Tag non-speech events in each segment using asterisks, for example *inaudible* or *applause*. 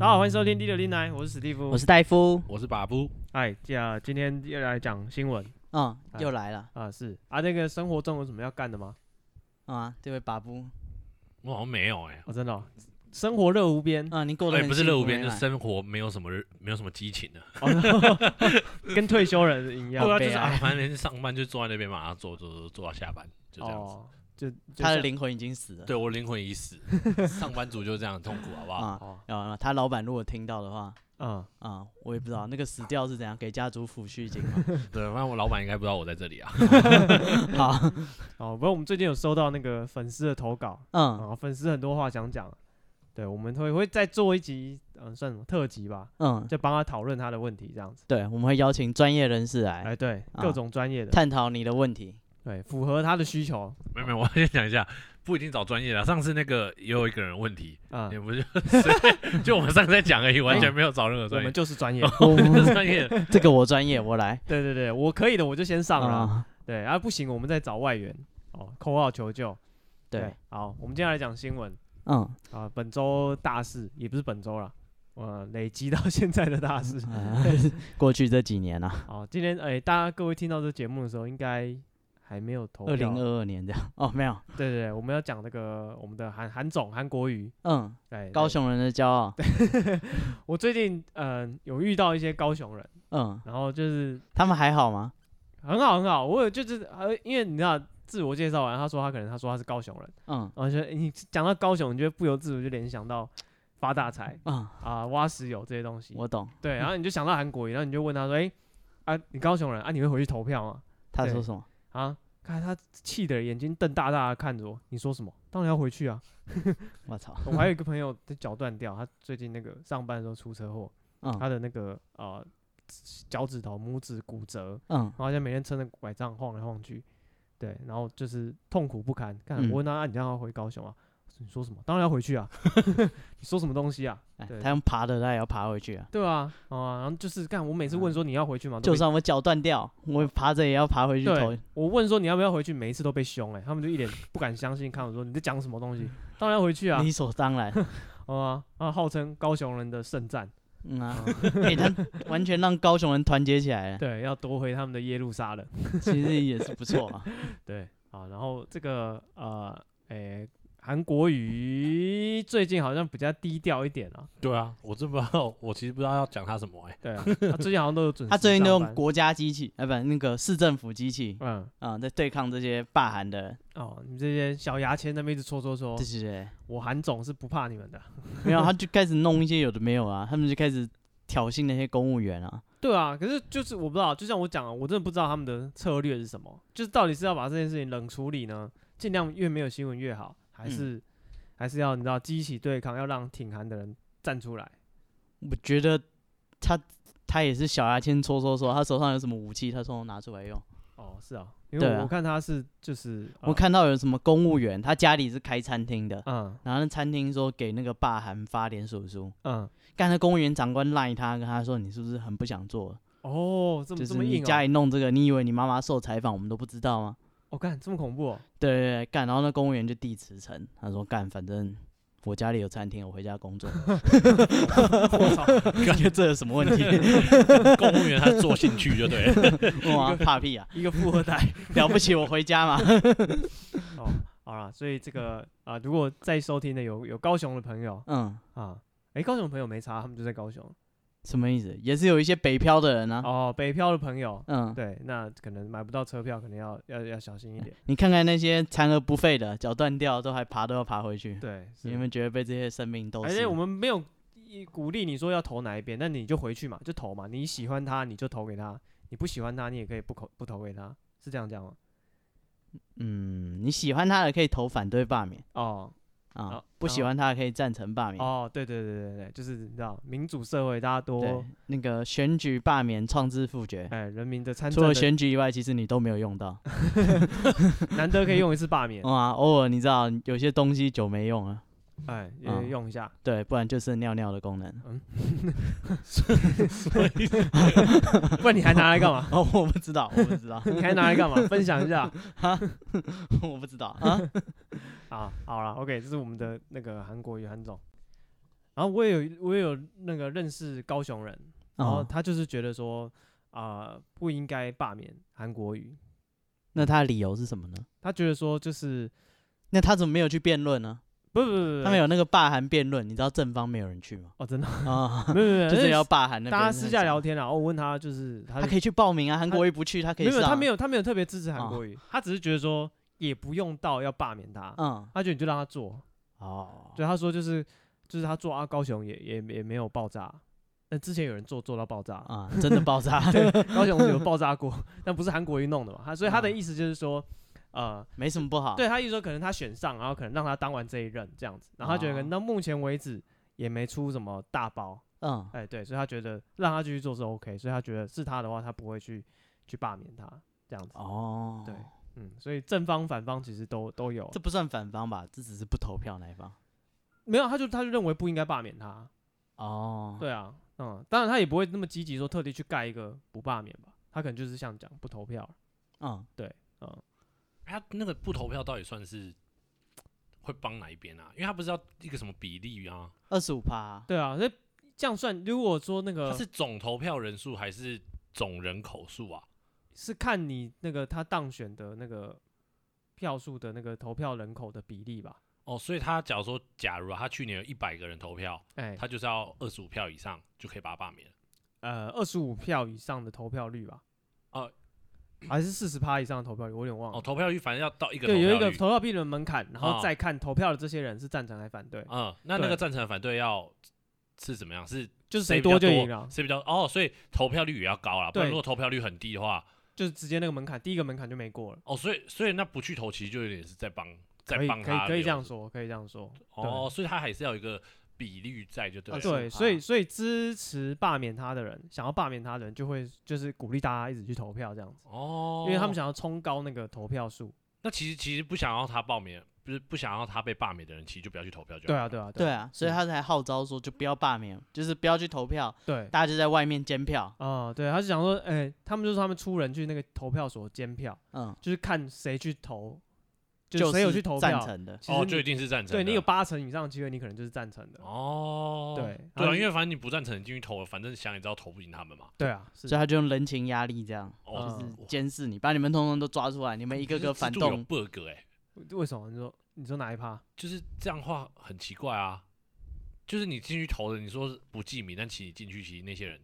好，欢迎收听《第六零来》，我是史蒂夫，我是戴夫，我是把夫，哎，呀，今天又来讲新闻嗯，哎又来了，啊，是啊，那个生活中有什么要干的吗？嗯啊，这位把布，我好像没有哎、哦，真的哦、生活热无边，嗯，你过得哎、很不是幸乐福无边，没就来生活没有什么没有什么激情的、哦 *laughs* 跟退休人一样好对啊，悲就是哀啊，反正上班就坐在那边嘛，然后坐坐坐坐到下班，就这样子。哦，就他的灵魂已经死了。对我灵魂 *laughs* 已死，上班族就这样很痛苦，好不好？啊，哦，啊，他老板如果听到的话，嗯，啊，我也不知道那个死掉是怎样给家族抚恤金 *laughs* 嘛。对，反正我老板应该不知道我在这里啊。好，哦，不过我们最近有收到那个粉丝的投稿，嗯啊，粉丝很多话想讲，对，我们会会再做一集，嗯，算什么特辑吧，嗯，就帮他讨论他的问题这样子，对，我们会邀请专业人士来哎，对，啊各种专业的，探讨你的问 *laughs* 题。对，符合他的需求，没有没有，我先讲一下，不一定找专业的啊。上次那个也有一个人问题，啊也，不是 *laughs* 随便，就我们上次在讲而已，完全没有找任何我专们业。就是专业，我 *laughs* 专业 *laughs* 的，这个我专业，我来。对对对，我可以的我就先上了。啊，对啊，不行，我们再找外援哦，扣号求救。对，，好，我们接下来讲新闻嗯，啊，本周大事也不是本周了，呃，累积到现在的大事。 *laughs* 啊过去这几年啊，好，今天哎、大家各位听到这节目的时候，应该还没有投票。二零，二二年这样。哦，没有，对对对，我们要讲那个我们的韩韩总韩国瑜，嗯，哎，高对，雄人的骄傲。我最近嗯、呃有遇到一些高雄人，嗯，然后就是他们还好吗？很好很好，我有就是呃，因为你知道自我介绍完，他说他可能他说他是高雄人。嗯，然后哦就你讲到高雄，你就会不由自主就联想到发大财啊，啊、挖石油这些东西。我懂。对，然后你就想到韩国瑜，然后你就问他说：“哎、啊，你高雄人啊，你会回去投票吗他对说什么？？”啊，看他气得眼睛瞪大大的看着我，你说什么？当然要回去啊！我操，我还有一个朋友的脚断掉，他最近那个上班的时候出车祸，他嗯的那个呃脚趾头拇指骨折，嗯然后就每天撑着拐杖晃来晃去，对，然后就是痛苦不堪。看嗯我问他，啊你这样要回高雄啊？你说什么？当然要回去 *laughs* 啊！你说什么东西啊？哎对他用爬的，他也要爬回去啊。对啊，哦啊，然后就是干，我每次问说你要回去吗？都就被算我脚断掉，我爬着也要爬回去投对。，我问说你要不要回去，每一次都被凶哎、他们就一脸不敢相信，看我说你在讲什么东 *laughs* 西？当然要回去啊！理所当然， *laughs* 哦啊，啊，号称高雄人的圣战，嗯啊，哦哎，他完全让高雄人团结 *laughs* 起来了，对，要夺回他们的耶路撒冷。其实也是不错 *laughs* 啊。对啊，然后这个呃，诶、韩国瑜最近好像比较低调一点啊，对啊，我真不知道，我其实不知道要讲他什么哎、对啊， *laughs* 他最近好像都有准时上班。他最近都用国家机器，哎，不，那个市政府机器嗯啊，在对抗这些霸韩的，哦，你们这些小牙签在那边一直戳戳戳这，些我韩总是不怕你们的。没有，他就开始弄一些有的没有啊，他们就开始挑衅那些公务员啊。对啊，可是就是我不知道，就像我讲，的，我真的不知道他们的策略是什么，就是到底是要把这件事情冷处理呢，尽量越没有新闻越好，还是、嗯还是要你知道激起对抗，要让挺韩的人站出来。我觉得他他也是小牙签戳戳戳，他手上有什么武器，他说拿出来用。哦，是啊，因为对我,、啊看他是就是、呃我看到有什么公务员，他家里是开餐厅的，嗯然后那餐厅说给那个霸韩发联署书，嗯干那公务员长官赖他，跟他说你是不是很不想做了？哦，这么、就是这么你硬、家哦，里弄这个，你以为你妈妈受采访我们都不知道吗？我、哦、看这么恐怖哦，对对对，干，然后那公务员就递辞呈，他说干，反正我家里有餐厅，我回家工作， *laughs* *laughs* 我操，感觉这有什么问 *laughs* 题？公务员他做兴趣就对了，哇，怕屁啊，一个富二代。 *laughs* 了不起我回家嘛。 *laughs* 哦，好啦，所以这个啊、如果在收听的有有高雄的朋友嗯，啊，诶，高雄的朋友没差，他们就在高雄。什么意思？也是有一些北漂的人啊。哦，北漂的朋友，嗯，对，那可能买不到车票，可能要要要小心一点。你看看那些残而不废的，脚断掉都还爬都要爬回去，对，你们觉得被这些生命都而是且我们没有一鼓励你说要投哪一边，那你就回去嘛，就投嘛。你喜欢他，你就投给他；你不喜欢他，你也可以不投不投给他，是这样讲吗？嗯，你喜欢他的可以投反对罢免哦啊哦，不喜然后欢他的可以赞成罢免。哦，对对对对对，就是你知道，民主社会大家多对，那个选举罢免、创制复决，哎，人民的参除政的了选举以外，其实你都没有用到。难得可以用一次罢免，嗯啊，偶尔你知道有些东西久没用了，哎，也嗯用一下。对，不然就是尿尿的功能。嗯 *laughs* 不然你还拿来干嘛？哦，我不知道，我不知道， *laughs* 你还拿来干嘛？分享一下 *laughs* 我不知道啊。啊！好了，OK，这是我们的那个韩国语韩总。然后我也有我也有那个认识高雄人，然后哦，他就是觉得说啊、不应该罢免韩国瑜，那他的理由是什么呢？他觉得说就是那他怎么没有去辩论呢？不不不不，他们有那个罢韩辩论，你知道正方没有人去 *laughs* 吗？哦，真的啊，没有没有， *laughs* 就是那要罢韩那边大家私下聊天，天啦，然后我问他就是他他可以以去报名啊，韩国瑜不去，他可没以有没有他上没，有他没有特别支持韩哦国瑜，他只是觉得说也不用到要罢免他，嗯，他觉得你就让他做，哦，对他说就是就是他做啊，高雄也也也没有爆炸，但之前有人做做到爆炸，啊，真的爆 *laughs* 炸， *laughs* 高雄有爆炸过， *laughs* 但不是韩国瑜弄的嘛，他所以他的啊意思就是说，呃，没什么不好，对他意思说可能他选上，然后可能让他当完这一任这样子，然后他觉得啊可能到目前为止也没出什么大包，嗯，哎对，所以他觉得让他继续做是 OK，所以他觉得是他的话，他不会去去罢免他这样子，哦，对，嗯，所以正方反方其实都都有啊这，不算反方吧？这只是不投票那一方。没有他就他就认为不应该罢免他，哦，，对啊，嗯，当然他也不会那么积极说特地去盖一个不罢免吧，他可能就是像讲不投票，嗯，嗯，他那个不投票到底算是会帮哪一边啊？因为他不是要一个什么比例啊？二十五趴，对啊，那这样算，如果说那个他是总投票人数还是总人口数啊？是看你那个他当选的那个票数的那个投票人口的比例吧？哦，所以他假如说，假如啊，他去年有一百个人投票，哎、他就是要二十五票以上就可以把他罢免了。呃，二十五票以上的投票率吧？哦还是四十趴以上的投票率？我有点忘了。哦，投票率反正要到一个投对，有一票个率。投票率的门槛，然后哦再看投票的这些人是赞成还反对，嗯，那那对个赞成反对要是怎么样？是就是谁谁比多较就赢了，谁比较哦，所以投票率也要高啦。不然对如果投票率很低的话，就是直接那个门槛，第一个门槛就没过了。哦，所以所以那不去投其实就有点是在帮在可以帮可他以可以留这样说，可以这样说。哦，所以他还是要有一个比率在就对啊了。对， 25%所以所以支持罢免他的人，想要罢免他的人，就会就是鼓励大家一直去投票这样子，哦，因为他们想要冲高那个投票数。那其实其实不想要他罢免，不是不想要他被罢免的人，其实就不要去投票就好对啊，对啊，对啊，啊，所以他才号召说就不要罢免，就是不要去投票，对。大家就在外面监票，啊、对，他是想说，哎、他们就说他们出人去那个投票所监票，嗯，就是看谁去投，就就是谁有去投赞票。成的，其实哦，你就一定是赞成的。对你有八成以上的机会，你可能就是赞成的。哦，对对他啊，是因为反正你不赞成，你进去投了，反正想也知道投不赢他们嘛。对啊，是所以他就用人情压力这样，哦，嗯哇监视你，把你们通通都抓出来，你们一个个反这制度有动， bug 哎、为什么？你说你说哪一趴？就是这样的话很奇怪啊。就是你进去投的，你说是不记名，但其实你进去其实那些人，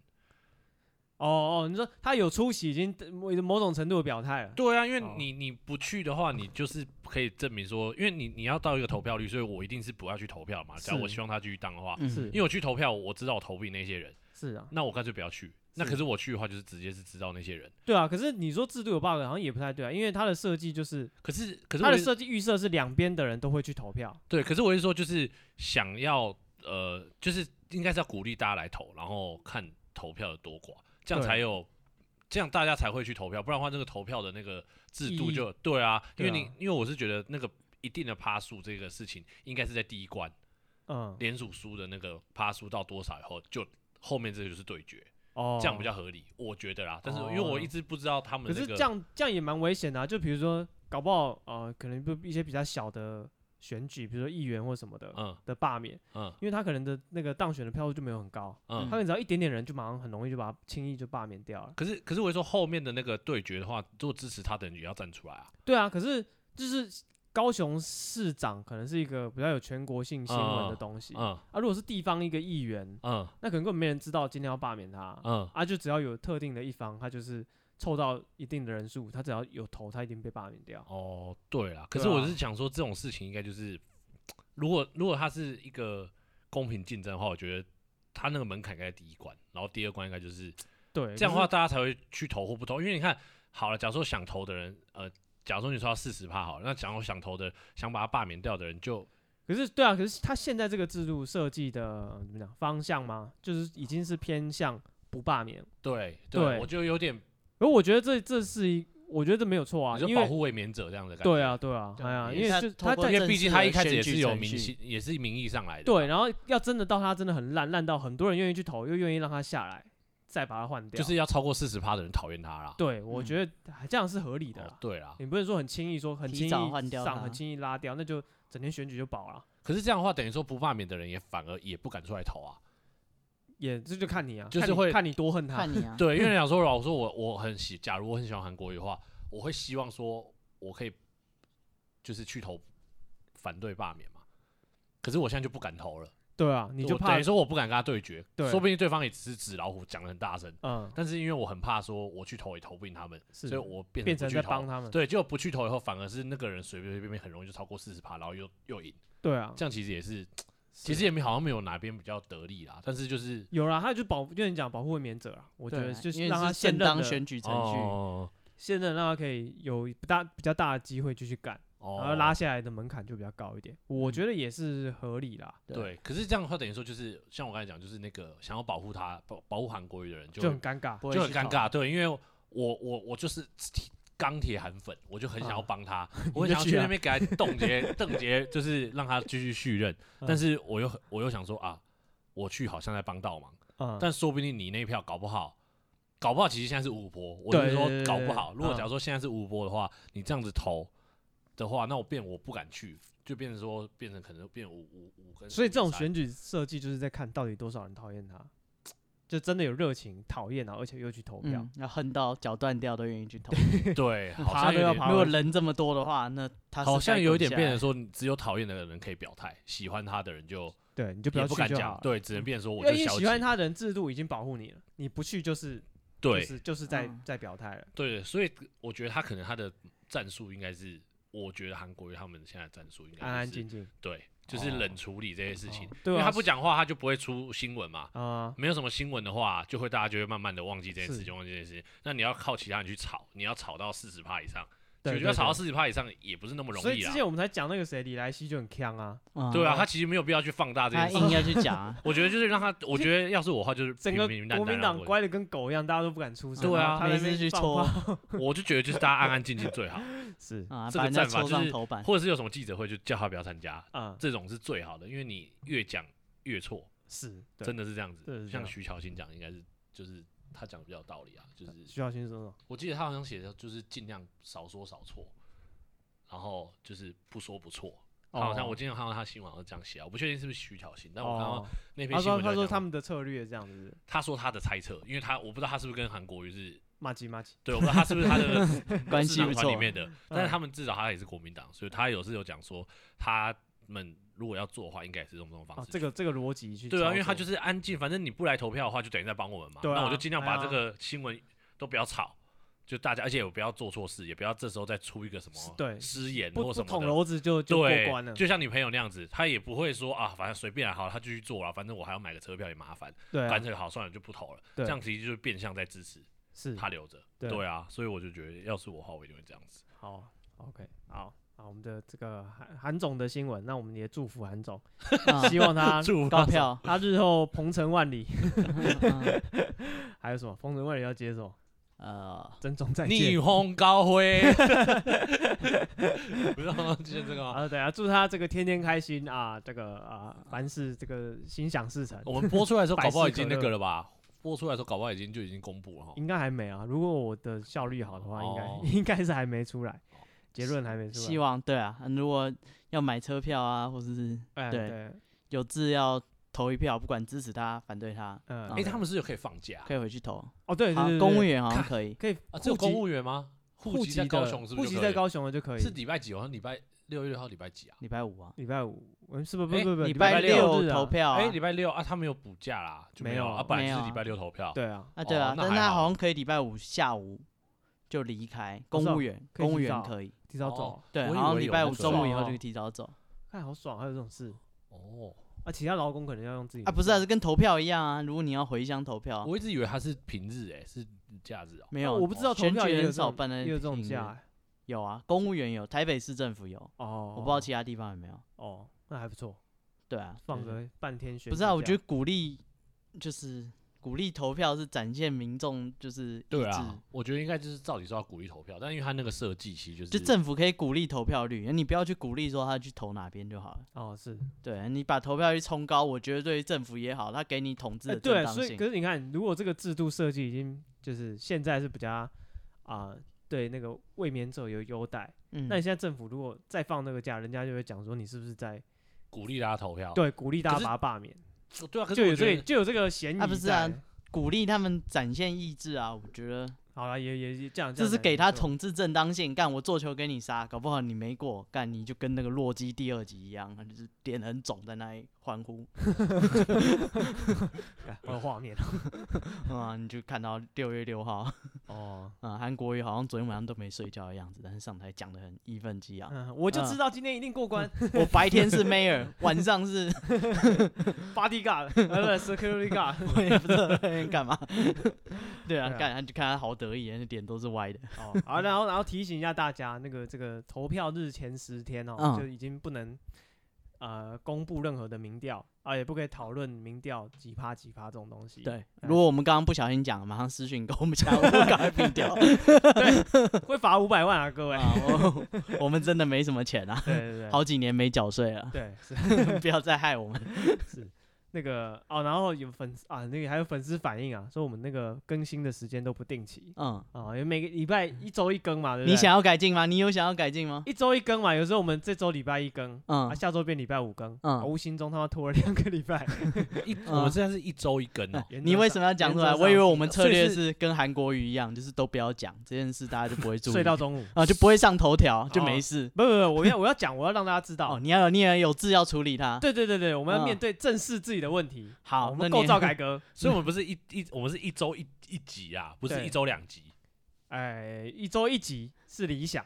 哦哦，你说他有出席，已经某某种程度的表态了。对啊，因为哦你你不去的话，你就是可以证明说，因为你你要到一个投票率，所以我一定是不要去投票嘛。假如我是希望他继续当的话，嗯是因为我去投票，我知道我投不赢那些人，是啊，那我干脆不要去。那是可是我去的话，就是直接是知道那些人。对啊。可是你说制度有 bug，好像也不太对啊，因为它的设计就是可是可是它我的的是设计预设是两边的人都会去投票。对，可是我是说，就是想要呃，就是应该是要鼓励大家来投，然后看投票的多寡，这样对才有。这样大家才会去投票，不然的话，这个投票的那个制意度义就对啊，因为对你啊因为我是觉得那个一定的趴数这个事情，应该是在第一关嗯，联署书的那个趴数到多少以后，就后面这个就是对决，哦，这样比较合理，我觉得啦。但是因为我一直不知道他们可那是个这样这样也蛮危险的、啊，就比如说，搞不好呃，可能不一些比较小的选举，比如说议员或什么的、嗯的罢免，嗯因为他可能的那个当选的票数就没有很高，嗯他可能只要一点点人就马上很容易就把他轻易就罢免掉了。可是可是我会说后面的那个对决的话，做支持他的人也要站出来啊。对啊，可是就是高雄市长可能是一个比较有全国性新闻的东西、嗯啊，如果是地方一个议员，嗯那可能根本没人知道今天要罢免他、嗯，啊，就只要有特定的一方，他就是凑到一定的人数，他只要有投，他一定被罢免掉。哦，对啦。可对是我啊是想说，这种事情应该就是，如果如果他是一个公平竞争的话，我觉得他那个门槛应该在第一关，然后第二关应该就是对，这样可的话，是大家才会去投或不投。因为你看，好了，假如说想投的人，呃，假如说你说要四十趴好了，那假如想投的想把他罢免掉的人就，可是对啊，可是他现在这个制度设计的嗯怎么讲方向吗？就是已经是偏向不罢免。对对我就有点，而我觉得这这是一，我觉得这没有错啊，你因就保为护卫免者这样的感觉。对啊，对啊，对哎呀，因因为为他就透他过在因正为毕竟式他的一开始选也举是有程明序星，也是名义上来的嘛。对，然后要真的到他真的很烂，烂到很多人愿意去投，又愿意让他下来，再把它换掉。就是要超过四十趴的人讨厌他啦。对，我嗯觉得还这样是合理的哦啦。对啦，你不能说很轻易说很提轻易早换掉上，它很轻易拉掉，那就整天选举就饱了。可是这样的话，等于说不罢免的人也反而也不敢出来投啊。也这就看你啊，就是看你会看你多恨他看。 *laughs* 你啊，对，因为想说，老实说我我很喜，假如我很喜欢韩国语的话，我会希望说我可以就是去投反对罢免嘛。可是我现在就不敢投了，对啊，你就我怕等于说我不敢跟他对决，对说不定对方也只是纸老虎讲的很大声，嗯，但是因为我很怕说我去投也投不赢他们，是所以我变变成成不在去投帮。他们。对，就不去投以后，反而是那个人随随便便很容易就超过四十趴，然后又又赢，对啊，这样其实也是，是其实也没好像没有哪边比较得利啦，但是就是有啦，他就保就你讲保护卫免者啦，我觉对得啊，就是因为让他是现正任当的选举程序，哦现任让他可以有不大比较大的机会继续干，哦然后拉下来的门槛就比较高一点，我嗯觉得也是合理啦，对，可是这样的话，等于说就是像我刚才讲，就是那个想要保护他、保保护韩国瑜的人就就很尴尬。不会就去很尴投尬，对，因为我我我就是钢铁韩粉，我就很想要啊帮他，就 *laughs* 我很想要去去啊那边给他冻结冻结，就是让他继续续任，嗯但是我又很我又想说啊，我去好像在帮倒忙，嗯，但说不定你那一票搞不好。搞不好其实现在是五波，我就是对说对对搞对不好。如果嗯假如说现在是五波的话，你这样子投的话，那我变我不敢去，就变成说变成可能变五五五跟所以这种啊三选举设计就是在看到底多少人讨厌他，就真的有热情讨厌啊，而且又去投票嗯，，要恨到脚断掉都愿意去投。对，好爬像都有要点爬如回果去人这么多的话，那他是好像该有滚一点下变来成说，你只有讨厌的人可以表态，喜欢他的人就对，你就不也要不去敢就讲好，了。对，只能变成说因我为就消喜欢极。他的人制度已经保护你了，你不去就是就对是就是在嗯在表态了。对，所以我觉得他可能他的战术应该是，我觉得韩国瑜他们现在的战术应该、就是、安安静静对，就是冷处理这些事情，哦对啊因为他不讲话，他就不会出新闻嘛。啊，没有什么新闻的话，就会大家就会慢慢的忘记这件事是情，忘记这件事情。那你要靠其他人去炒，你要炒到四十趴以上，我对觉对得炒到对。四十趴以上也不是那么容所以易之啊。前我们才讲那个谁李莱西就很强啊，嗯对啊，他其实没有必要去放大这他件事情，硬。要去讲啊 *laughs* 我觉得就是让他，我觉得要是我的话，就是整个平平淡国淡民让党我乖的跟狗一样，大家都不敢出声。对啊然后他在没那边事去放戳炮我就觉得就是大家安安静静最 *laughs* 好，是啊，这把个人家战法抽就上是头 *laughs* 版，或者是有什么记者会就叫他不要参加，啊，这种是最好的，因为你越讲越错，是真的。的是这样对子。是这样像徐巧芯讲，应该是就是他讲得比较有道理啊，就是徐小新说什么？我记得他好像写的就是尽量少说少错，然后就是不说不错。他好像哦我经常看到他新闻好像这样写啊，我不确定是不是徐巧芯，但我看到哦，那篇他新说闻他就说在他讲们的策略这样子，他说他的猜测，因为他我不知道他是不是跟韩国瑜是，骂鸡骂鸡。对我不知道他是不是 *laughs* 他的关系智囊不团错里。面的，嗯但是他们至少他也是国民党，所以他有是有讲说他们如果要做的话，应该也哦是用这种方啊式，去。这个这个逻辑去对啊，因为操他作就是安静，反正你不来投票的话，就等于在帮我们嘛。对啊那我就尽量把哎呀这个新闻都不要炒，就大家，而且也不要做错事，也不要这时候再出一个什是么对失言不或不什捅么的。娄子就就过关对，了。就像你朋友那样子，他也不会说啊，反正随便啊好，他继续做啊，反正我还要买个车票也麻烦，对啊干，脆好算了就不投了。对这样其实就是变相在支持是他留着。对对啊，所以我就觉得，要是我的话，我一定会这样子。好，OK，好。好，我们的这个韩韩总的新闻，那我们也祝福韩总，啊希望他，*laughs* 祝福高票他日后鹏程万里。 *laughs* 嗯还有什么鹏程万里要接什么？ *laughs* 呃，珍重再见逆。风高 *laughs* 飞， *laughs* 不是吗？就是这个吗？啊，对啊，祝他这个天天开心啊，这个啊，凡事这个心想事成。我们播出来的时候，百搞不好已事可经那乐个了吧？播出来的时候，搞不好已经就已经公布了哈。应该还没啊，如果我的效率好的话，应该、哦 *laughs* 应该是还没出来，结论还没出希来。望对啊，如果要买车票啊，或者是哎，对对，有志要投一票，不管支持他、反对他，嗯，啊哎、他们是有可以放假可以回去投。哦，对对好对，对公务对员好像可以，可以啊？只有户籍公务员吗？户户籍在籍高的雄是不户是就籍可在以？高雄的就可以，是礼拜几？好像礼拜六月六号礼拜几啊？礼拜五啊，礼拜五，嗯，是不不哎不不，礼拜拜六日六啊投，票啊哎、礼拜六啊，他们有补假啦，就没没有有啊，本来就没是有礼拜六投票。，对啊，啊，对哦啊，那但还他好好像可以礼拜五下午就离开，公是啊务员，可以公务提员早可以，提早哦走，对，我以好像为礼有拜那五种中午以哦后就提早走看好爽，还有这种事哦，啊！其他劳工可能要用自己啊，不是啊，是跟投票一样啊，如果你要回乡投票啊，我一直以为他是平日、哎，是假日哦、没没有，啊我不知道投选票举也有很这少种办的，也有这种假欸，有啊，公务员有，台北市政府有，哦，我不知道其他地方有没有。哦，那还不错，对啊，放就是个半天选不是啊，举我假觉得鼓励就是鼓励投票是展现民众就是意对志啊，我觉得应该就是照理说要鼓励投票，但因为他那个设计其实就就是政府可以鼓励投票率，你不要去鼓励说他去投哪边就好了。哦，是，对你把投票率冲高，我觉得对于政府也好，他给你统治哎的正对，当所以性。可是你看，如果这个制度设计已经就是现在是比较啊、对那个卫冕者有优待，嗯那你现在政府如果再放那个假，人家就会讲说你是不是在鼓励大家投票。对鼓励大哦家可是把他罢免，对啊，可是就我有觉这得个就有这个嫌疑在。啊不是啊鼓励他们展现意志啊，我觉得好了，也也也这样，这样是讲给也他不错统治正当性。干，我做球给你杀，搞不好你没过，干你就跟那个洛基第二集一样，他就是脸很肿在那里欢呼 *laughs* 哎我有画面啊，你就看到六月六号哦，啊，韩国瑜好像昨天晚上都没睡觉的样子，但是上台讲的很义愤激 *laughs* 昂。嗯，我就嗯知道今天一定过关我白天是 mayor，晚上是 *laughs* ，bodyguard，呃不是 security guard，我也不知道在那边干嘛。 *laughs* 对对啊，啊干他就看他好得意，那脸都是歪的。哦，好，然后然后提醒一下大家，那个这个投票日前十天哦嗯，就已经不能呃公布任何的民调啊，也不可以讨论民调几趴几趴这种东西。对，嗯如果我们刚刚不小心讲，马上私讯跟我们讲，我们赶快屏掉。对，会罚五百万啊，各位。啊，我我们真的没什么钱啊，对对对，，好几年没缴税了， *laughs* 对是 *laughs* 不要再害我们。那个哦，然后有粉丝啊，那个还有粉丝反映啊，说我们那个更新的时间都不定期嗯，啊，因为每个礼拜一周一更嘛，对不对？你想要改进吗？你有想要改进吗？一周一更嘛，有时候我们这周礼拜一更，嗯啊，下周变礼拜五更，嗯啊无形中他妈拖了两个礼拜。 *laughs* 一嗯我们现在是一周一根哦，你为什么要讲出来？原则上我以为我们策略所是跟韩国瑜一样，就是都不要讲这件事，大家就不会注 *laughs* 意，睡到中午？ *laughs* 啊就不会上头条，就哦没事。不不不，我要我要讲，我要让大家知哦，道。你要有你也有志要处理它。对对对对，我们要嗯面对正视自己的问题。好啊我那们你构造 *laughs* 改革， *laughs* 所以我们不是一一我们是一周一一集啊，不是对一周两集，哎，一周一集是理想。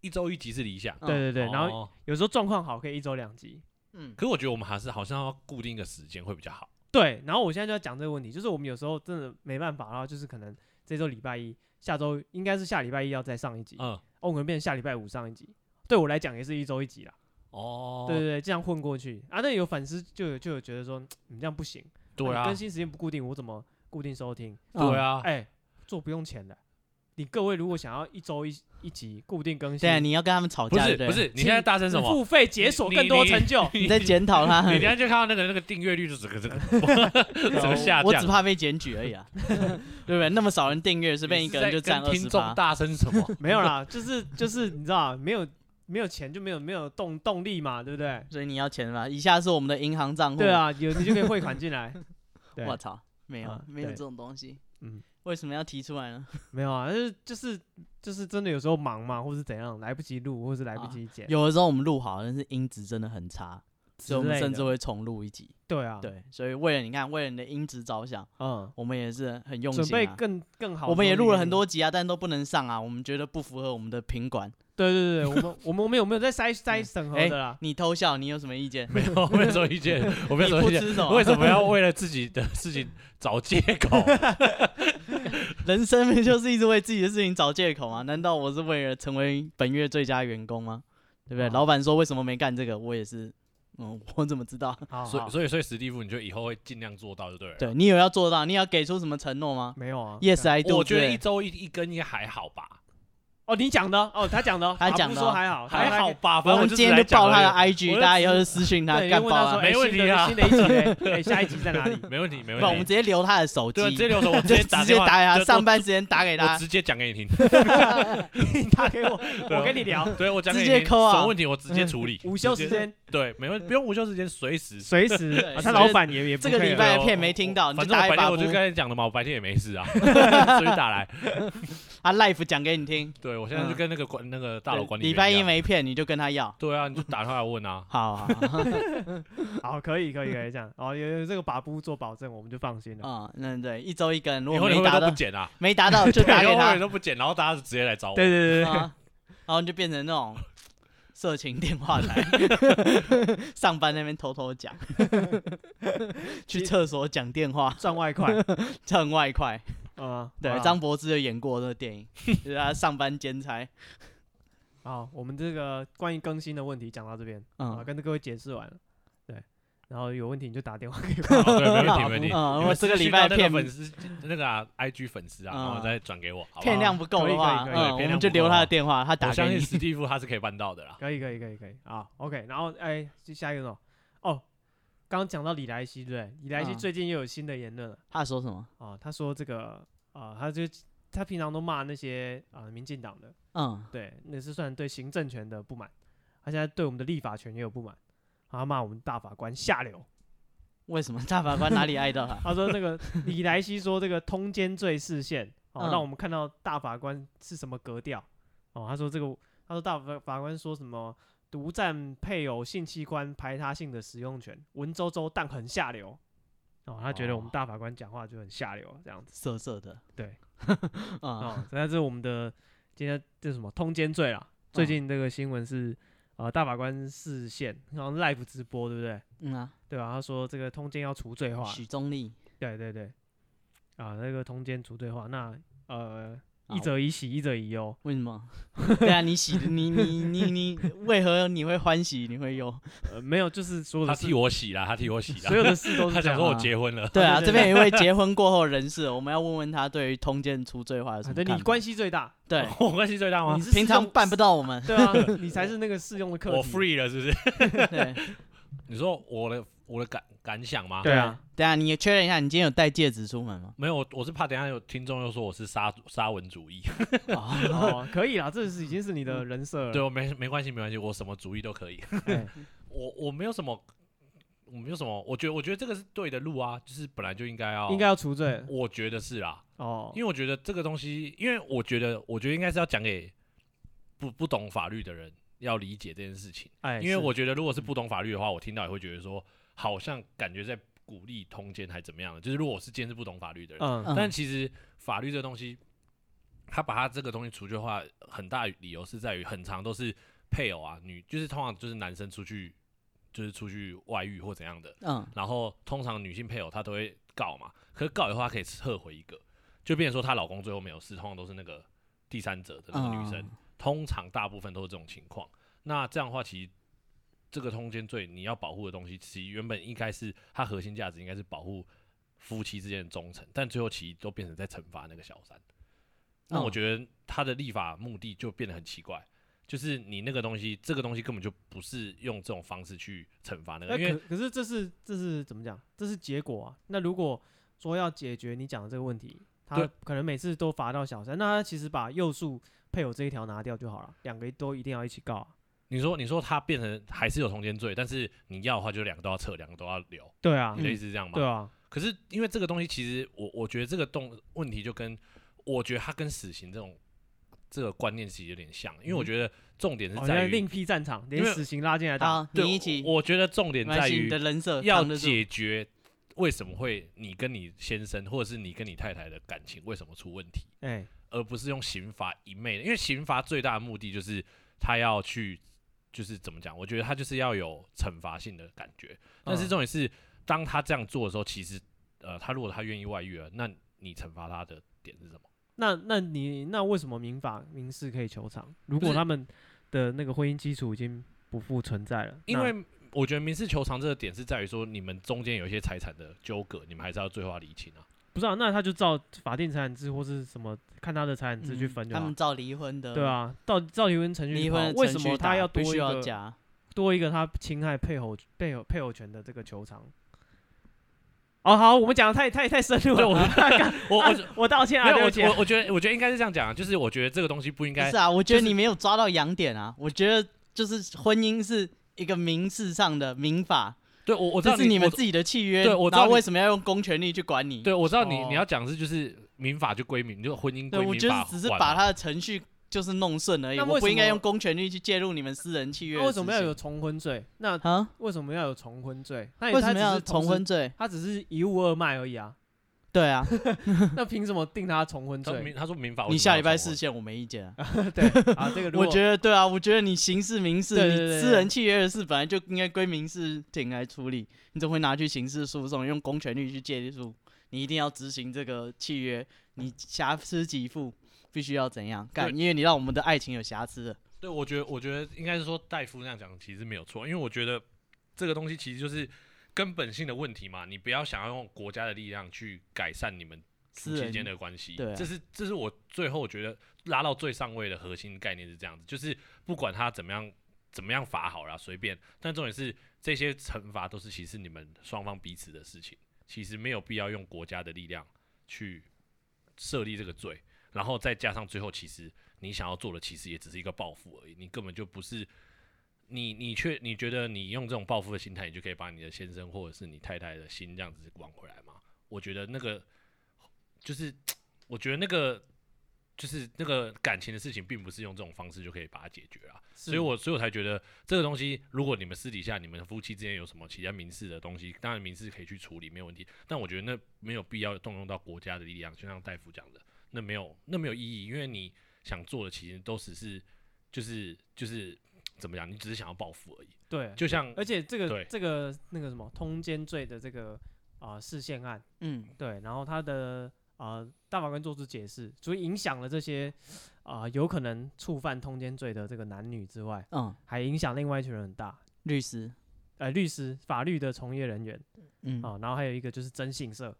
一周一集是理想。嗯对对对，然后哦，有时候状况好可以一周两集。嗯可是我觉得我们还是好像要固定一个时间会比较好。对，然后我现在就要讲这个问题，就是我们有时候真的没办法，然后就是可能这周礼拜一，下周应该是下礼拜一要再上一集，哦，嗯，我可能变成下礼拜五上一集。对我来讲也是一周一集啦，哦，对对对，这样混过去啊。那有粉丝就有就有觉得说，你这样不行，对啊你啊更，新时间不固定，我怎么固定收听？对，嗯啊，哎、做不用钱的。你各位如果想要一周一一集固定更对啊，新，你要跟他们吵不架，是对不对，是，你现在大声什你么？付费解锁你更多你成 *laughs* 就。你在检讨 *laughs* 他。你等一下就看到那个那个订阅率就整个整个 *laughs* *laughs* 整个下降。哦我只怕被检举而 *laughs* 已啊，对不对？那么少人订阅，随便一个人就占你二是十在跟听众八。大声 *laughs* 什么？没有啦，就是就是你知道，啊没有没有钱就没有没有动动力嘛，对不对？所以你要钱吗？以下是我们的银行账户。对，啊，有你就可以汇款进来。对 *laughs* 我，操，没有啊没有对这种东西。嗯为什么要提出来呢？没有啊，就是就是就是真的有时候忙嘛，或是怎样，来不及录，或是来不啊及剪。有的时候我们录好，但是音质真的很差，所以我们之类甚至的会重录一集。对啊，，对，所以为了你看，为了你的音质着想，嗯，我们也是很用准心备啊。更更好。我们也录了很，多集啊，但都不能上啊，我们觉得不符合我们的品管。对对对，我们我们我们有没有在筛筛 *laughs* 嗯审核哎的啦？你偷笑，你有什么意见？没有，我没有什么 *laughs* 意见，我没你有什么不意见。吃什么？为什么要为了自己的事情找借 *laughs* 口？人生不就是一直为自己的事情找借口吗？难 *laughs* 道我是为了成为本月最佳员工吗？对不对？哦啊老板说为什么没干这个，我也是，嗯， *laughs* 我怎么知道？好，所好以所以所以史蒂夫，你就以后会尽量做到，就对了。 *laughs* 对你有要做到，你有要给出什么承诺吗没有啊？Yes, I do 我觉之得类一的。周一一根应该还好吧，哦，你讲的 *laughs* 哦，他讲的哦，他啊讲不的是说哦还好，他还好。吧，我反正们就今是天来就讲爆他的而 IG，我就大家以后只就私讯他对，因为干问爆他说，啊！哎没问题新的啊新的一集 *laughs* 嘞，哎，下一集在 *laughs* 哪里？已没问题，没不，我们问题。直接留他的手机对，，啊直接留 *laughs* 着，我直对接直打接电话打给对他，我上班时间打给我他，直接讲给 *laughs* 你听，你打给我，对我跟你聊。对我讲给直你接听，扣啊什么问题我直接处理。午休直时接间 *laughs* 对，没问题，不用午休时间，随 *laughs* 时随时啊，对他所以老板也也不这个可以礼了拜对片我没听到你就反正打我一白把天我就呼刚才讲的嘛，我白天也没事 *laughs* 啊， *laughs* 所以打来。他 life 讲给你听。对我现在就嗯跟那个管那个大楼管理员礼拜一一样没片你就跟他要，对啊，你就打电话来问 *laughs* 啊。好好好。 *laughs* 好，可以可以可以这样，哦，有有这个把布做保证，我们就放心了。啊、嗯，对，一周一根，如以果后没你会不达会都到不剪啊？没达到就打以给后他你，都不剪，然后大家就直接来找我。对对对对， *laughs* 啊，然后你就变成那种色情电话来，上班那边偷偷讲，去厕所讲电话赚外快 *laughs* 挣外快。啊。 *laughs* 对，张张柏芝有演过那个电影，就是他上班兼差。好，我们这个关于更新的问题讲到这边啊，嗯，跟各位解释完了。对，然后有问题你就打电话给我。哦 *laughs* 对，*laughs* *laughs* 没问题，没问嗯题。你我们这个私讯礼拜到那个骗粉丝那个啊 IG 粉丝啊，嗯然后再转给我，好不片好？量不够的话，可以可以可以嗯，对我片们量就不留够他啊的电话，他打我给相信你。史蒂夫他是可以办到的啦。可以可以可以可以啊，OK。然后哎，就下一个是什么？哦，刚刚讲到李莱西对不对？李莱西嗯最近又有新的言论了他说什么？啊，他说这个啊，他就他平常都骂那些啊民进党的，嗯，对，那是算对行政权的不满，他现在对我们的立法权也有不满，啊他骂我们大法官下流。为什么大法官哪里挨 *laughs* 到他？啊他说那个李莱西说这个通奸罪视线， *laughs* 哦，嗯让我们看到大法官是什么格调。哦，他说这个，他说大法法官说什么独占配偶性器官排他性的使用权，文绉绉但很下流。哦，他觉得我们哦大法官讲话就很下流这样子。色色的， *laughs* 对，啊，哦，那这是我们的今天这是什么通奸罪啦？最近这个新闻是呃大法官视线，然后 live 直播对不对？嗯啊，对吧、他说这个通奸要除罪化，许宗力，对对对，啊，那个通奸除罪化，那呃，啊一则以喜，一则以忧。为什 *laughs* 么？对啊，你喜你你你你，为何你会欢喜，你会忧？呃，没有，就是所有他的替事，我洗啦，他替我洗所啦。有的事都是他这想样说啊。我结婚了，对啊，对这边有一位结婚过后人士，我们要问问他对于通奸除罪化有什啊么对看你法？关系最大，对， *laughs* 我关系最大吗你？是哦平适常用办不到我 *laughs* 们。对 *laughs* 啊，你才是那个适用的课题。我 free 了是不是？ *laughs* 对，你说我的我的感感想吗？对啊，等一下你也确认一下，你今天有带戒指出门吗？没有，我我是怕等一下有听众又说我是沙沙文主义。嗯哦哦，可以啦，这是已经是你的人设了。 *laughs* 对，我没没关系，没关系，我什么主意都可以。哎我我没有什么，我没有什么，我觉得我觉得这个是对的路啊，就是本来就应该要， *laughs* 应该，要除罪我觉得是啦，哦因。为我觉得这个东西，因为我觉得我觉得应该是要讲给不不懂法律的人要理解这件事情，哎，因为是我觉得如果是不懂法律的话，我听到也会觉得说，好像感觉在鼓励通奸还怎么样的，就是如果我是今天是不懂法律的人，嗯嗯但其实法律这东西，他把他这个东西除去的话，很大理由是在于很长都是配偶啊，女就是通常就是男生出去就是出去外遇或怎样的，嗯，然后通常女性配偶她都会告嘛，可是告的话可以撤回一个，就变成说她老公最后没有事，通常都是那个第三者的那个女生，嗯通常大部分都是这种情况。那这样的话，其实这个通奸罪你要保护的东西，其实原本应该是它核心价值应该是保护夫妻之间的忠诚，但最后其实都变成在惩罚那个小三。那嗯我觉得它的立法目的就变得很奇怪。就是你那个东西，这个东西根本就不是用这种方式去惩罚那那个，因为可可是这是这是怎么讲？这是结果啊。那如果说要解决你讲的这个问题，他对可能每次都罚到小三，那他其实把右诉配偶这一条拿掉就好了，两个都一定要一起告、啊。你说，你说他变成还是有通奸罪，但是你要的话就两个都要撤，两个都要留，对啊你，的意思是这样吗？对啊，可是因为这个东西，其实我我觉得这个动问题就跟我觉得它跟死刑这种这个观念其实有点像，因为我觉得重点是哦好在像于、哦另辟战场，连因为死刑拉进来打。好，对你一起，我我觉得重点没关在系，你于的人设要扛得住解决为什么会你跟你先生或者是你跟你太太的感情为什么出问题。哎，而不是用刑罚一昧的，因为刑罚最大的目的就是他要去，就是怎么讲？我觉得他就是要有惩罚性的感觉。但嗯是重点是，当他这样做的时候，其实呃，他如果他愿意外遇了，那你惩罚他的点是什么？那那你那为什么民法民事可以求偿？如果他们的那个婚姻基础已经不复存在了，因那为我觉得民事求偿这个点是在于说，你们中间有一些财产的纠葛，你们还是要最后要理清啊。不是啊，那他就照法定财产制或是什么看他的财产制去嗯分就他好们。照离婚的，对，啊，照照离婚程序嗯离去跑婚的为程什序么他打要多必须一要个加？多一个他侵害配偶配偶配偶权的这个求偿？哦，好，我们讲的太太太深入对了，我我啊我 *laughs* 我道歉没啊，有对不起啊我我我觉得我觉得应该是这样讲啊，就是我觉得这个东西不应不该是啊，我觉得就是你没有抓到痒点啊，我觉得就是婚姻是一个民事上的民法，对我我知这道是你们我自己的契约，对我知道然后你为什么要用公权力去管你？对我知道你、哦你要讲的是就是民法就归民，就婚姻对，归我民觉法得只是管把嘛他的程序就是弄顺而已，那我为不什应该么用公权力去介入你们私人契约的那为什么要事有情重婚罪？那啊？为什么要有重婚罪？那也为什么他只要是同重时婚？罪？他只是一物二卖而已啊，对啊，那凭什么定他重婚他说罪？民他说民法为什么你下礼拜要重视线我没意见啊。 *laughs* 对啊，这个如我果觉得对啊，我觉得你刑事、民事，对对对你对私人契约的事本来就应该归民事庭来处理，你怎么会拿去刑事诉讼，用公权力去介入？你一定要执行这个契约，你瑕疵极负，必须要怎样干？因为你让我们的爱情有瑕疵了。对，我觉得我觉得应该是说戴夫那样讲其实没有错，因为我觉得这个东西其实就是根本性的问题嘛，你不要想要用国家的力量去改善你们夫私妻人间的关系。对啊这是这是我最后觉得拉到最上位的核心概念是这样子，就是不管他怎么样怎么样罚好啦，随便，但重点是这些惩罚都是其实你们双方彼此的事情，其实没有必要用国家的力量去设立这个罪，然后再加上最后其实你想要做的其实也只是一个报复而已，你根本就不是。你你却你觉得你用这种报复的心态，你就可以把你的先生或者是你太太的心这样子挽回来吗？我觉得那个就是，我觉得那个就是那个感情的事情，并不是用这种方式就可以把它解决啊。所以嗯我所以我才觉得这个东西，如果你们私底下你们夫妻之间有什么其他民事的东西，当然民事可以去处理，没有问题。但我觉得那没有必要动用到国家的力量，就像大夫讲的，那没有那没有意义，因为你想做的其实都只是就是就是怎么讲，你只是想要报复而已。对，就像而且这个对这个那个什么通奸罪的这个啊视线案，嗯，对，然后他的啊大法官做出解释，除了影响了这些啊有可能触犯通奸罪的这个男女之外，嗯，还影响另外一群人很大，律师，呃，律师、法律的从业人员嗯，啊，然后还有一个就是征信社，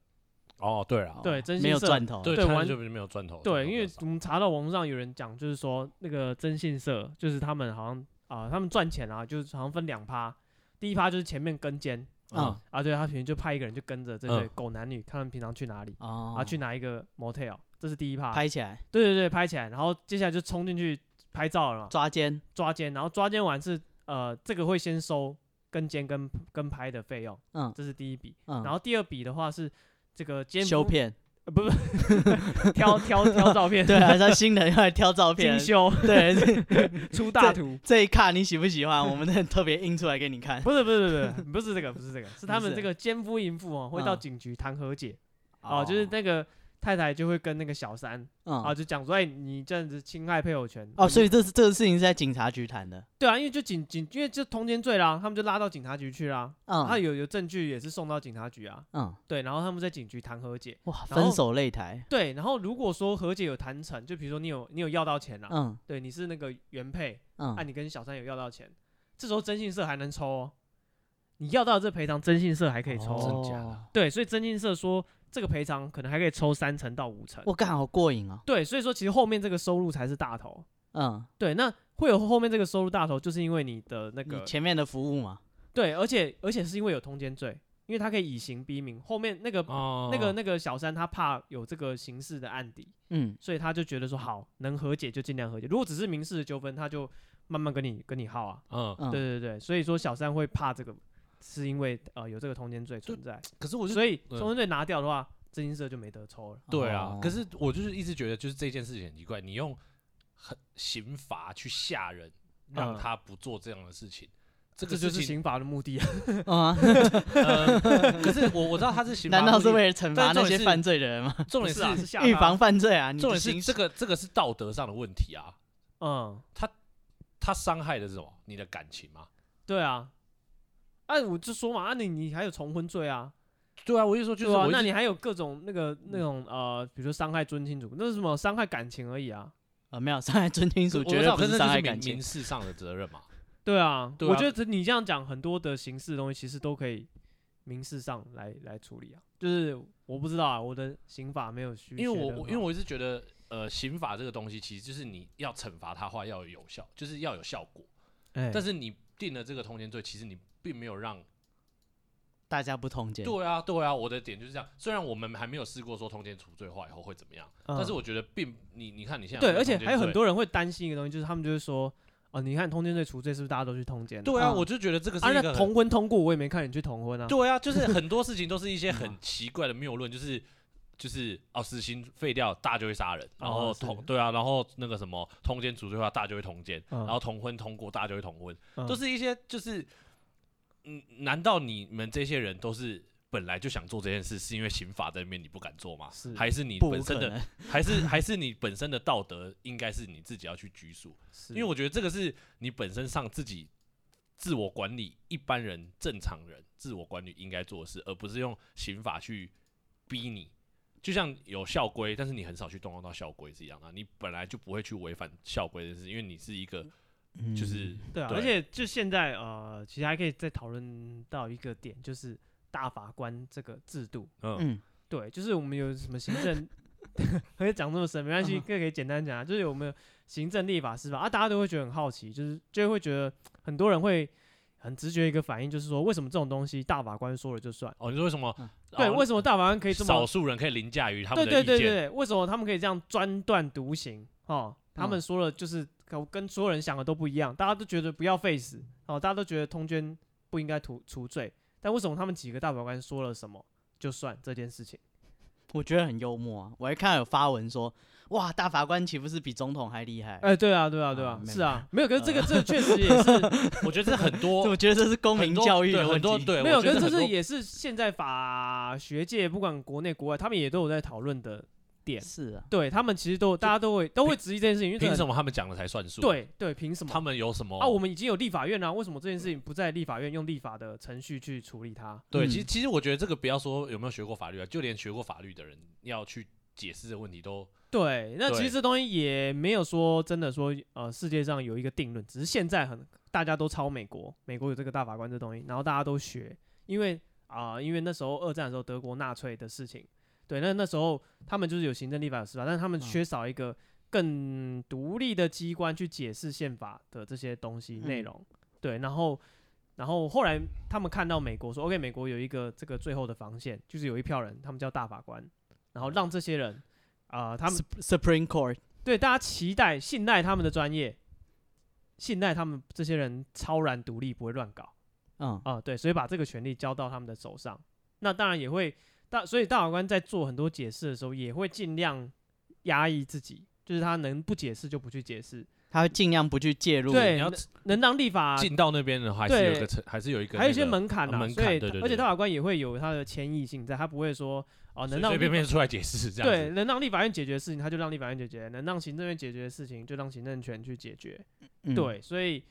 哦，对哦了，对真心没有社赚头，对，对他完就没有赚头。赚对，头因为比较少我们查到网络上有人讲，就是说那个征信社，就是他们好像啊、他们赚钱啊，就是好像分两趴，第一趴就是前面跟监嗯啊，对他平时就派一个人就跟着这对嗯狗男女，看他们平常去哪里，哦，啊，去哪一个 motel，这是第一趴，拍起来对对对，拍起来，然后接下来就冲进去拍照了嘛，抓奸，抓奸，然后抓奸完是呃，这个会先收跟监跟跟拍的费用，嗯这是第一笔，嗯，然后第二笔的话是这个奸修夫片， *laughs* 呃不是 *laughs* 挑挑挑照片，对啊，他新人要来挑照片精，修。对， *laughs* 出大图。这一卡你喜不喜欢？我们很特别印出来给你看。不是不是不是不是不是这个不是这个，是他不们是这个奸夫淫妇哦，会到嗯警局谈和解哦，就是那个太太就会跟那个小三啊哦嗯就讲说，哎，你这样子侵害配偶权哦，所以以这是这个事情是在警察局谈的。对啊，因为就警警因为就通奸罪啦，他们就拉到警察局去啦，啊他嗯有有证据也是送到警察局啊，嗯，对，然后他们在警局谈和解，哇，然后分手擂台。对，然后如果说和解有谈成，就比如说你有你有要到啊钱啦，嗯对，你是那个原配，嗯啊，你跟小三有要到钱，这时候征信社还能抽哦，你要到的这赔偿，征信社还可以抽、哦真的假哦的对，所以征信社说这个赔偿可能还可以抽三成到五成。我干好过瘾哦。对，所以说其实后面这个收入才是大头。嗯，对，那会有后面这个收入大头，就是因为你的那你个前面的服务嘛，对，而且而且是因为有通奸罪，因为他可以以刑逼民。后面那个、哦那个那个小三他怕有这个刑事的案底，嗯所以他就觉得说好能和解就尽量和解，如果只是民事的纠纷，他就慢慢跟你跟你耗啊。嗯，嗯，对对对，所以说小三会怕这个，是因为呃有这个通奸罪存在，可是我就所以嗯通奸罪拿掉的话，真心社就没得抽了。对啊哦，可是我就是一直觉得，就是这件事情很奇怪，你用很刑罚去吓人，让嗯他不做这样的事情，这这个就是事情，刑法的目的啊。 *laughs* 嗯 *laughs* 啊，呃，可是我我知道他 *laughs* 是刑罚难目的，道是为了惩罚但重那点些是犯罪的 *laughs* 人吗？重点不是啊，是吓预他防。犯罪啊，你的重点是刑这个这个是道德上的问题啊，嗯，他伤害的是什么？你的感情吗？对啊。啊，我就说嘛，啊你你还有重婚罪啊，对啊，我就说就是对啊我，一那直你还有各种那个那种呃，比如说伤害尊亲主，那是什么伤害感情而已啊。呃没有伤害尊亲属，我绝知对道，不可是伤那害就是感民情民。事上的责任嘛。对啊，对我啊觉得你这样讲很多的刑事的东西，其实都可以民事上来来处理啊。就是我不知道啊，我的刑法没有虚，因为我我因为我我一直觉得，呃，刑法这个东西其实就是你要惩罚他的话要有效，就是要有效果。哎但是你定了这个通奸罪，其实你并没有让。大家不通奸。对啊，对啊，我的点就是这样。虽然我们还没有试过说通奸处罪化以后会怎么样，但是嗯我觉得并你你看你现在对，这个而且通奸还有很罪。多人会担心一个东西，就是他们就会说，哦，你看通奸罪除罪是不是大家都去通奸了？对啊，嗯我就觉得这个是啊，一那个同婚通过我也没看你去同婚啊。对啊，就是很多事情都是一些嗯很奇怪的谬论，就是就是哦，死刑废掉大就会杀人，然后哦是同、对啊，然后那个什么通奸除罪化大就会通奸，嗯然后同婚通过大就会同婚，嗯都是一些就是嗯，难道你们这些人都是？本来就想做这件事，是因为刑法在那边你不敢做吗？是还是你不本可身的，能，还是还是你本身的道德应该是你自己要去拘束？是，因为我觉得这个是你本身上自己自我管理，一般人正常人自我管理应该做的事，而不是用刑法去逼你。就像有校规，但是你很少去动用到校规是一样的啊。你本来就不会去违反校规的事，因为你是一个嗯就是对啊，对而且就现在呃，其实还可以再讨论到一个点，就是大法官这个制度。嗯嗯对，就是我们有什么行政， *laughs* 可以讲这么深没关 *laughs* 系，嗯可以可以简单讲啊，就是我们行政、立法、司法啊，大家都会觉得很好奇，就是就会觉得很多人会很直觉一个反应，就是说为什么这种东西大法官说了就算？哦，你说为什么嗯？对，为什什么大法官可以这么少数人可以凌驾于他对们的对对意见？对，为什么他们可以这样专断独行？哦，他们嗯说了就是跟跟所有人想的都不一样，大家都觉得不要 face，哦，大家都觉得通奸不应该除除罪，但为什么他们几个大法官说了什么就算这件事情？我觉得很幽默啊！我还看到有发文说，哇，大法官岂不是比总统还厉害？哎、对啊，对啊，对啊啊，没是啊，没有，可是呃这个这确实也是我觉得这很 *laughs* 多我觉得这是公很民多教育对的问很多题。 *laughs* 对，没有，我觉可得是这很是多也是现在法学界不管国内国外，他们也都有在讨论的点。是啊，对他们其实都大家都会都会质疑这件事情，因为这凭很什么他们讲的才算数？，对对，凭什么他？们有什么？啊，我们已经有立法院了、为什么这件事情不在立法院用立法的程序去处理它？对，嗯其实其实我觉得这个不要说有没有学过法律啊，就连学过法律的人要去解释这个问题都对，那其对实这东西也没有说真的说，呃，世界上有一个定论，只是现在很大家都抄美国，美国有这个大法官这东西，然后大家都学，因为啊、因为那时候二战的时候德国纳粹的事情，对，那那时候他们就是有行政、立法、有司法，但是他们嗯缺少一个更独立的机关去解释宪法的这些东西嗯内容，对，然后。然后后来他们看到美国说，OK，美国有一个这个最后的防线，就是有一票人，他们叫大法官，然后让这些人，啊、他们 Sup- Supreme Court 对大家期待、信赖他们的专业，信赖他们这些人超然独立，不会乱搞嗯啊、对，所以把这个权利交到他们的手上。那当然也会大，所以大法官在做很多解释的时候，也会尽量压抑自己，就是他能不解释就不去解释，他会尽量不去介入。对你要能能让立法进到那边的话，还是有一个对程还是有一个还有一那些个门槛啊呐、门所槛以对对而且对大法官也会有他的谦抑性在，他不会说哦、能随让随立便便出来解释这样对，子。能让立法院解决的事情，他就让立法院解决；能让行政院解决的事情，就让行政权去解决。嗯，对，所以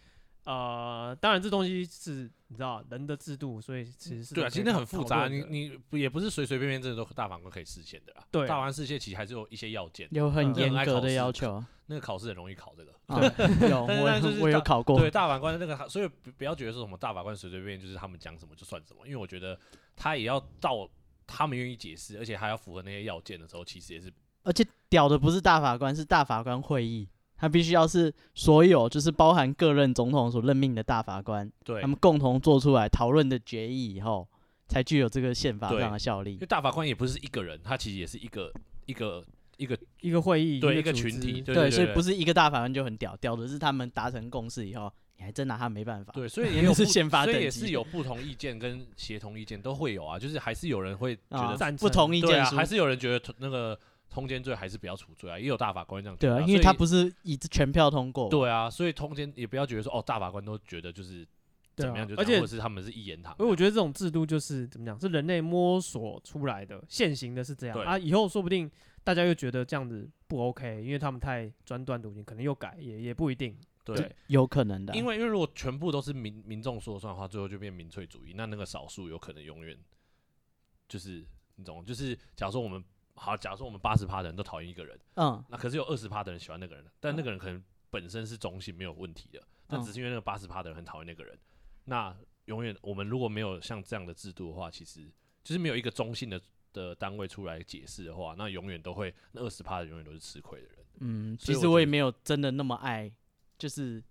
呃，当然这东西是你知道人的制度，所以其实是对啊，都可以其实很讨复杂，讨论你的你不也不是随随便便这都大法官可以实现的啦。对啊大法官实现其实还是有一些要件，有很嗯严很爱格考的试要求。那个考试很容易考这个。啊 *laughs* 有，但是但是就我是我有大考过。对，大法官那个，所以不不要觉得说什么大法官随随便便就是他们讲什么就算什么，因为我觉得他也要到他们愿意解释，而且还要符合那些要件的时候，其实也是而且屌的不是大法官，是大法官会议，他必须要是所有就是包含各任总统所任命的大法官，对他。们共同做出来讨论的决议以后，才具有这个宪法上的效因力为。大法官也不是一个人，他其实也是一个一个一个一个会议，对一个个组群体，织。对对，所以不是是一个大法官就很屌，屌的是他们达成共识以后，你还真拿他没办法。对，*laughs* 所以也有是不宪法所以等也级是有不同意见跟协同意见都会有啊，就是还是有人会觉啊得赞，成不同意对见啊，书还是有人觉得通那个通奸罪还是不要处罪啊，也有大法官这样觉对得啊，啊，因为所以他不是以全票通过。对啊，所以通奸也不要觉得说哦，大法官都觉得就是对怎啊么样就怎而样且或者是他们是一言堂这因为样，我觉得这种制度就是怎么讲，是人类摸索出来的，现行的是这样对啊。以后说不定大家又觉得这样子不 OK，因为他们太专断独行，可能又改，也也不一定。对。有可能的啊。因为因为如果全部都是民民众说了算的话，最后就变民粹主义，那那个少数有可能永远就是你懂吗，就是假如说我们好，假如说我们八十趴的人都讨厌一个人，嗯，那可是有二十趴的人喜欢那个人，但嗯那个人可能本身是中性没有问题的，但嗯只是因为那个八十趴的人很讨厌那个人，那永远我们如果没有像这样的制度的话，其实就是没有一个中性的。的单位出来解释的话，那永远都会那二十趴的永远都是吃亏的人。嗯，所其以我实觉我也得没有真的那么爱，就是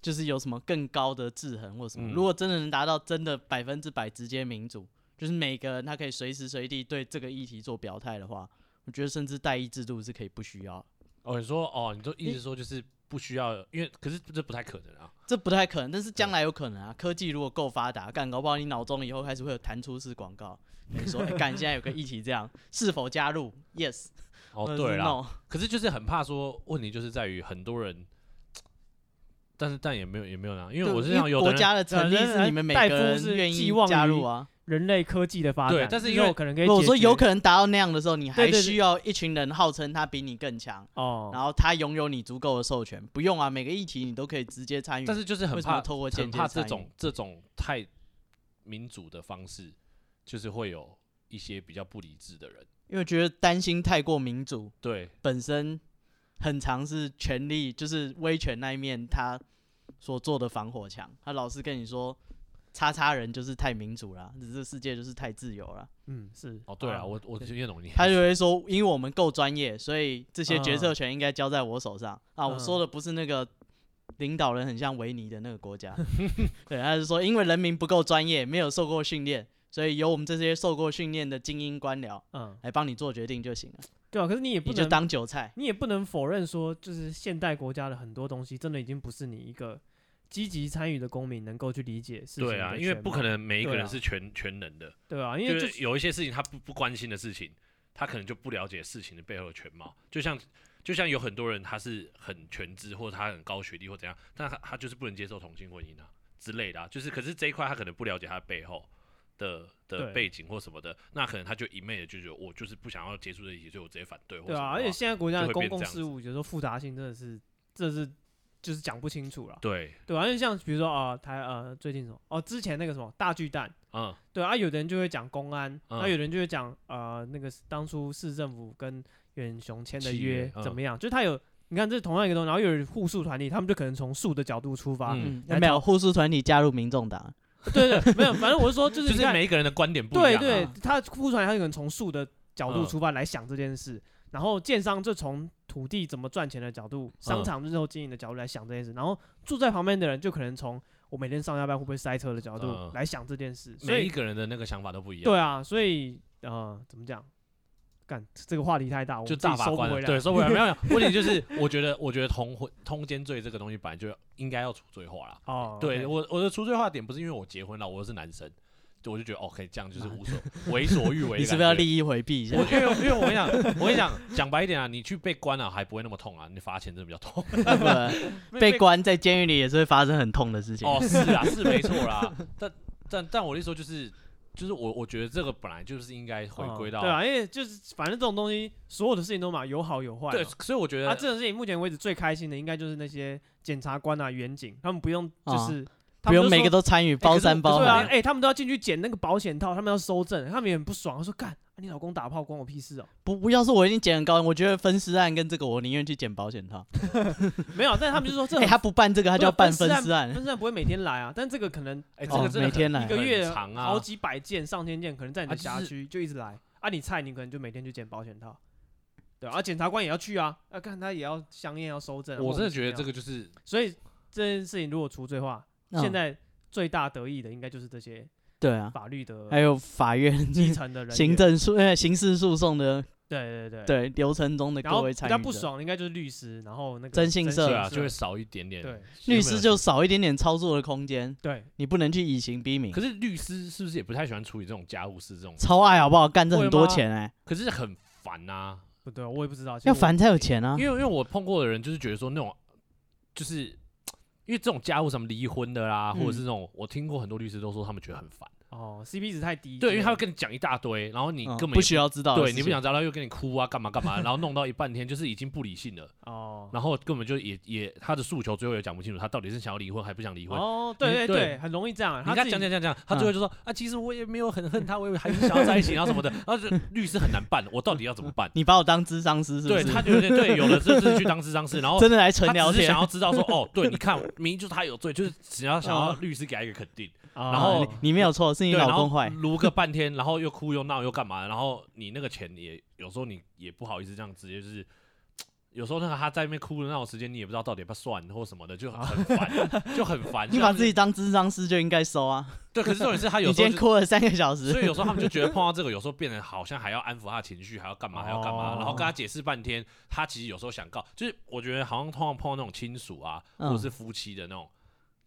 就是有什么更高的制衡或什么。嗯如果真的能达到真的百分之百直接民主，就是每个人他可以随时随地对这个议题做表态的话，我觉得甚至代议制度是可以不需要。哦，你说哦，你就一直说就是不需要，因为可是这不太可能啊。这不太可能，但是将来有可能啊！科技如果够发达，干搞不好你脑中以后开始会有弹出式广告，跟你说，哎、 *laughs* 干现在有个议题这样，是否加入？Yes，哦，或者对是啦， ，no，可是就是很怕说，问题就是在于很多人，但是但也没有也没有那样，因为我是因想有国的人哎家的成立呃是你们每戴个夫人是愿寄意望加于入啊。人类科技的发展，对但是因以后为可能可以我解说有决可能达到那样的时候，你对还对对需要一群人号称他比你更强，哦，然后他拥有你足够的授权。不用啊，每个议题你都可以直接参与。但是就是很为什么怕透过间很接怕这参与种这种太民主的方式，就是会有一些比较不理智的人。因为觉得担心太过民主对本身，很常是权力就是威权那一面，他所做的防火墙。他老是跟你说，叉叉人就是太民主了，这这世界就是太自由了。嗯，是哦，对啊啊，我我对听得懂你。他就会说，因为我们够专业，所以这些决嗯策权应该交在我手上、啊。我嗯说的不是那个领导人很像维尼的那个国家， *laughs* 对，他是说因为人民不够专业，没有受过训练，所以由我们这些受过训练的精英官僚嗯，来帮你做决定就行了，对啊，可是你也不你就能，当韭菜。你也不能否认说，就是现代国家的很多东西，真的已经不是你一个积极参与的公民能够去理解事情的对全貌。啊，因为不可能每一个对人啊是全全能的，对啊，因为就就是有一些事情他不不关心的事情，他可能就不了解事情的背后的全貌。就像就像有很多人他是很全知，或者他很高学历或怎样，但他他就是不能接受同性婚姻啊之类的啊。就是可是这一块他可能不了解他背后的对的背景或什么的，那可能他就一昧的就觉得我就是不想要接触这一些，所以我直接反对或对什啊，么而且的现在国家的就会公变共这样事务，有时候复杂性真的是，这是就是讲不清楚了。对，对啊，因为像比如说啊、呃台呃最近什么哦，之前那个什么大巨蛋，嗯对啊，有的人就会讲公安，那、嗯有的人就会讲呃那个当初市政府跟远雄签的契约约嗯怎么样，就他有你看这是同样一个东西，然后又有护树团体，他们就可能从树的角度出发，嗯嗯，来没有讨护士团体加入民众党， *laughs* 对对，没有，反正我是说就是就你是看每一个人的观点不一对样、啊，对，他护树团体他有可能从树的角度嗯出发来想这件事，然后建商就从土地怎么赚钱的角度，商嗯场日后经营的角度来想这件事，然后住在旁边的人就可能从我每天上下班会不会塞车的角度嗯来想这件事，所每一以个人的那个想法都不一样。对啊，所以呃，怎么讲？干这个话题太大，我就们自己大法收不官回了，来。对，收回来没有没有。问题就是，我觉得，我觉得通婚通奸罪这个东西本来就应该要处罪化啦。哦，对 OK 我我的处罪化点不是因为我结婚了，我是男生，就我就觉得哦，可以这样，就是无所为所欲 *laughs* 为。你是不是要？利益回避一 *laughs* 下我？因为因为我跟你讲，我跟你讲，讲白一点啊，你去被关了还不会那么痛啊，你罚钱真的比较痛。不被关在监狱里也是会发生很痛的事情。哦，是啊，是没错啦。但但但我的意思说就是就是我我觉得这个本来就是应该回归嗯到对啊，因为就是反正这种东西，所有的事情都嘛有好有坏嘛，对，所以我觉啊，得这种事情目前为止最开心的，应该就是那些检察官啊、远警，他们不用就啊是、他不们用就每个说都参与，包山包欸可是对啊，海哎、。他们都要进去捡那个保险套，他们要收证，他们也很不爽，他说干、啊你老公打炮关我屁事哦、不不，要是我已经捡很高，我觉得分尸案跟这个，我宁愿去捡保险套。没有，啊但他们就说这 *laughs* 哎、很他不办这个，他不就要是办分分尸案尸案。*laughs* 但是不会每天来啊，但这个可能哎，这哦个真的每天来很一个月很长啊，好几百件、上千件，可能在你的啊就是辖区就一直来啊，你菜你可能就每天去捡保险套。对啊，检察官也要去啊，啊，看他也要香烟要收证啊。我真莫名的其觉得妙这个就是所以这件事情如果除罪化，嗯现在最大得益的应该就是这些对啊，法律呃的还有法院、基层的人员 *laughs* 行，政诉、呃刑事诉讼的对对对。对流程中的然各后位比参较与不者。爽的应该就是律师，然后那个征信社对对啊，就会少一点点。对律师就少一点点操作的空间，对你不能去以刑逼民可。是律师是不是也不太喜欢处理这种家务事这种？超爱好不好？干这会很多吗钱哎、可是很烦呐、不对，我也不知道。其实要我烦才有钱啊因。为因为我碰过的人就是觉得说那种，就是因为这种家务什么离婚的啦，嗯或者是那种我听过很多律师都说他们觉得很烦。哦，CP 值太低。对，因为他会跟跟你讲一大堆，然后你嗯根本也不需要知道的事对情，你不想知道，然后又跟你哭啊，干嘛干嘛，然 *laughs* 后弄到一半天就是已经不理性了，哦然后根本就也也他的诉求最后也讲不清楚，他到底是想要离婚还不想离婚。哦，对对你对很容易这样。你跟自己嗯他讲讲讲讲，他最后就说、啊，其实我也没有很恨他，我也还是想要在一起，然后什么的，然后就律师很难办，我到底要怎么办？你把我当智商 *laughs* 师是不对是？他有点对，有的就是去当智商师，然后 *laughs* 真的来纯他聊只是天啊想。要知 *laughs* 道说，哦，对，你看，明明就是他有罪，就是只要想要嗯律师给他一个肯定，哦然后你没有错，是你对，老然公后嗯坏。撸个半天，然后又哭又闹又干嘛，然后你那个钱也有时候你也不好意思这样直接就是。有时候那个他在那边哭的那种时间，你也不知道到底要不要算或什么的，就很烦， *laughs* 就很烦。你把自己当智商师就应该收啊！对，可是重点是他有你时今候就天哭了三个小时 *laughs* 所，以有时候他们 *laughs* 就觉得碰到这个，有时候变得好像还要安抚他的情绪，还要干嘛，还要干哦嘛，然后跟他解释半天。他其实有时候想告，就是我觉得好像通常碰到那种亲属啊，嗯或者是夫妻的那种，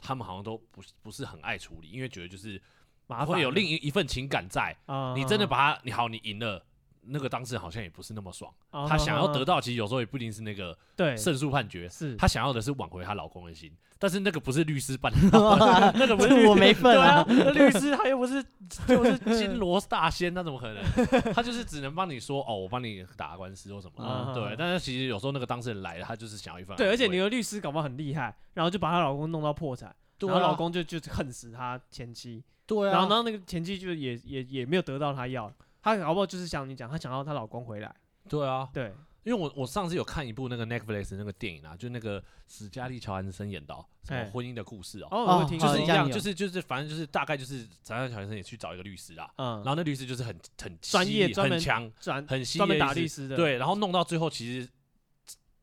他们好像都不是不是很爱处理，因为觉得就是麻烦会有另一一份情感在。啊你真的把他，你好，你赢了。那个当事人好像也不是那么爽，啊他想要啊得到，其实有时候也不一定是那个嗯对胜诉判决，是他想要的是挽回她老公的心，但是那个不是律师办得 *laughs* 到的，*laughs* 那个不是这我没份对啊啊，那律师他又不 *laughs* 是就是金罗大仙，那怎么可 *laughs* 能？他就是只能帮你说哦，我帮你打官司或什么啊的。对，但是其实有时候那个当事人来了，他就是想要一份安慰。对，而且你的律师搞不好很厉害，然后就把她老公弄到破产，对然后啊老公就就恨死她前妻，对然后啊，呢那个前妻就也也也没有得到她要，她搞不好就是像你讲，她想要她老公回来。对啊，对，因为我我上次有看一部那个 Netflix 那个电影啊，就那个史嘉丽·乔安森演的哦、什么哎婚姻的故事哦、哦，我哦有听就过是好一像样，有就是就是反正就是大概就是史嘉丽·乔安森也去找一个律师啦，然嗯，后那律师就是很很犀专业利专门很强专很犀利专门打的律意思师的，，对，然后弄到最后其实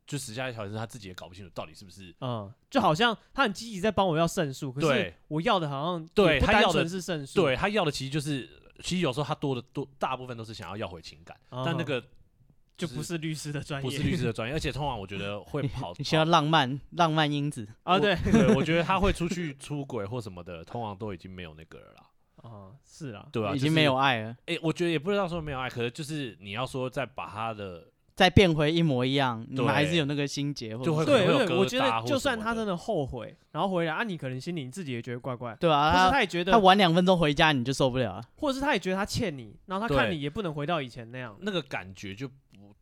就史嘉丽·乔安森他自己也搞不清楚到底是不是嗯，就好像他很积极在帮我要胜诉，可是对我要的好像对也不他单要的纯是胜诉，对他要的其实就是，其实有时候他多的多，大部分都是想要要回情感，嗯哼，但那个 *laughs* 就就是不是律师的专业，不是律师的专业，而且通常我觉得会跑你需要浪漫浪漫因子， *laughs* 啊，我对，对，我觉得他会出去出轨或什么的，通常都已经没有那个了啦，啊，是啊，对吧、已就是经没有，爱了，哎、我觉得也不知道说没有爱，可是就是你要说再把他的，再变回一模一样，你们对还是有那个心结，或者就会是可能对有对，疙我觉瘩得或就什算么他的真的后悔，然后回来啊，你可能心里你自己也觉得怪怪，对或啊，是他他也觉他得，晚两分钟回家你就受不了了，或者是他也觉得他欠你，然后他看对你也不能回到以前那样，那个感觉就不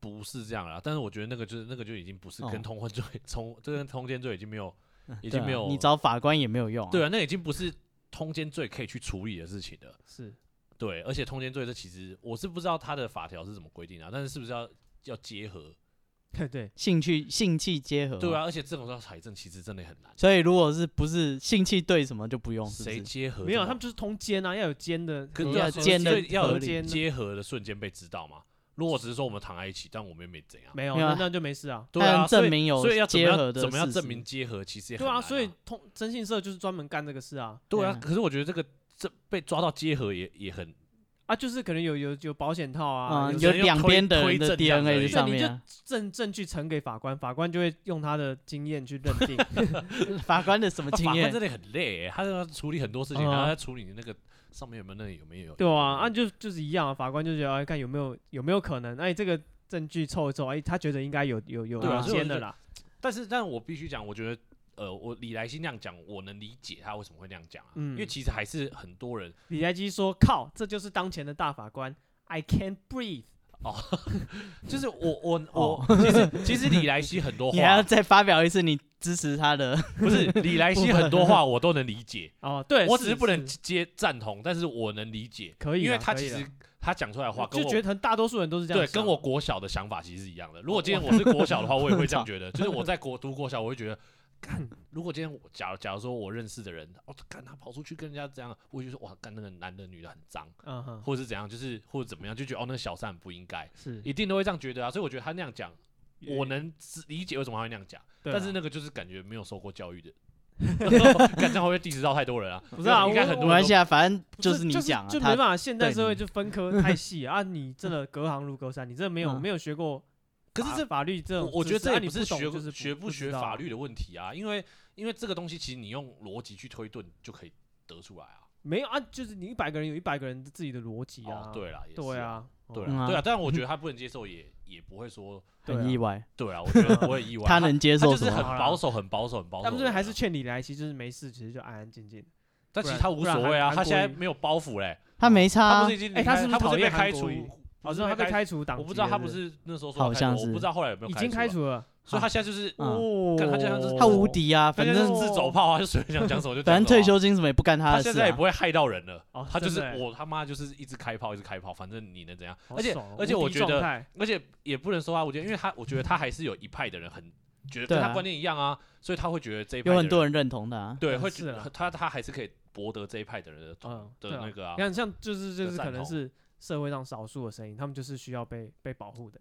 不是这样了啦。但是我觉得那个就是那个就已经不是哦跟通婚罪、从这跟通奸罪已经没有，已已经没有啊你找法官也没有用啊，对啊，那已经不是通奸罪可以去处理的事情了。是 *laughs* 对，而且通奸罪这其实我是不知道它的法条是怎么规定啊，但是是不是要要结合？对对，兴趣性气结合，对啊，，而且这种要财政其实真的很难，所以如果是不是性气对什么就不用，哦是不谁是？结合？没有，他们就是通奸啊，要有奸的，可是是要说兼所得以要合有理兼得结合的瞬间被知道吗？如果只是说我们躺在一起，但我们也没怎样，没有，没有啊那那就没事啊。对他啊，能所以证明有所以要怎么结合样的怎么样事实证明结合，其实也很对难啊，啊，所以通征信社就是专门干这个事啊对啊嗯，可是我觉得这个这被抓到结合也也很啊，就是可能有有有保险套啊，嗯，有有人要两推边的推人的正这样 DNA 而在已上对你面就啊，证证据呈给法官，法官就会用他的经验去认 *laughs* 定。法官的什么那经法官验真？的很累欸，他要处理很多事情，嗯啊然后他处理你那个上面有没有那里有没有对啊，啊就就是一样、啊，法官就觉得哎，看有没有有没有可能，哎，这个证据凑一凑，哎，他觉得应该有有有对啊有所以我奸就的觉啦，但是，但我必须讲，我觉得，呃，我李来新那样讲，我能理解他为什么会那样讲啊，嗯因为其实还是很多人李莱基说：“靠，这就是当前的大法官，I can't breathe。就是我我哦我，其实其实李来希很 *laughs* 多你还要话，再发表一次你支持他的，不是李来希很多话我都能 *laughs* 理解，”哦，对，我只是不能是接赞同，但是我能理解，可以啦，啊因为他可其以啦实他讲出来的话跟就我觉得大多数人都是这样对想，哦跟我国小的想法其实是一样的。如果今天我是国小 *laughs* 的话，我也会这样觉得，就是我在国读国小，我会觉得。干，如果今天我假如假如说我认识的人，哦，干他跑出去跟人家这样，我就说哇，干那个男的女的很脏，嗯哼，或者是怎样，就是或者怎么样，就觉得哦，那个小三很不应该，是，一定都会这样觉得啊。所以我觉得他那样讲，我能知理解为什么他会那样讲，对啊，但是那个就是感觉没有受过 *laughs* 教育的，感觉会不会 diss 到太多人啊？不是啊应该我很没多关人系都。啊，反正不就是你就讲啊，就没他办法，现代对社会你就分科太细啊，你真的隔行如隔山，你真的没有嗯没有学过法，可是这法律这我种啊我觉得知识这啊也你不是懂学就是不学不知学道法律的问题啊，因为因为这个东西其实你用逻辑去推论就可以得出来啊。没有啊，就是你一百个人有一百个人自己的逻辑啊哦，，对啦，也是对，啊，对哦嗯啊啊，对啊，但我觉得他不能接受也也不会说对啊很意外，对啊，我觉得不会意外。 *laughs* 他能接他受就什是很么？好啦保守，很保守，很保守的人啊。他们这边还是劝李来，其实就是没事，其实就安安静静。但其实他不无然所谓啊，韩他现在国瑜没有包袱嘞，他没差他啊不是，已经哎离他开是不是他不讨是被厌开韩除国瑜？不哦，是之后他被开开除党籍了，我不知道他不对是那时候说好他开像除我是不知道后来有没有已经开开了，除了，所以他现在就是嗯哦干他现在就是他无敌啊，反哦他现在正就是自走炮啊，就随便想讲什么就反讲正什么退啊。休金什么也不干他他的事现在也啊不。会害到人了哦，他就是真的欸我他妈就是一直开炮，一直开炮，反正你能怎样？好而且爽哦而且无我敌觉状得，态而且也不能说他无敌，因为他我觉得他还是有一派的人很觉得跟对啊他观念一样啊，所以他会觉得这一派有很多人人认同他啊，对嗯会是觉啊得他他还是可以博得这一派的人的嗯对的啊那个啊你，看像就是就的是可赞能同是社会上少数的声音，他们就是需要被被保护的。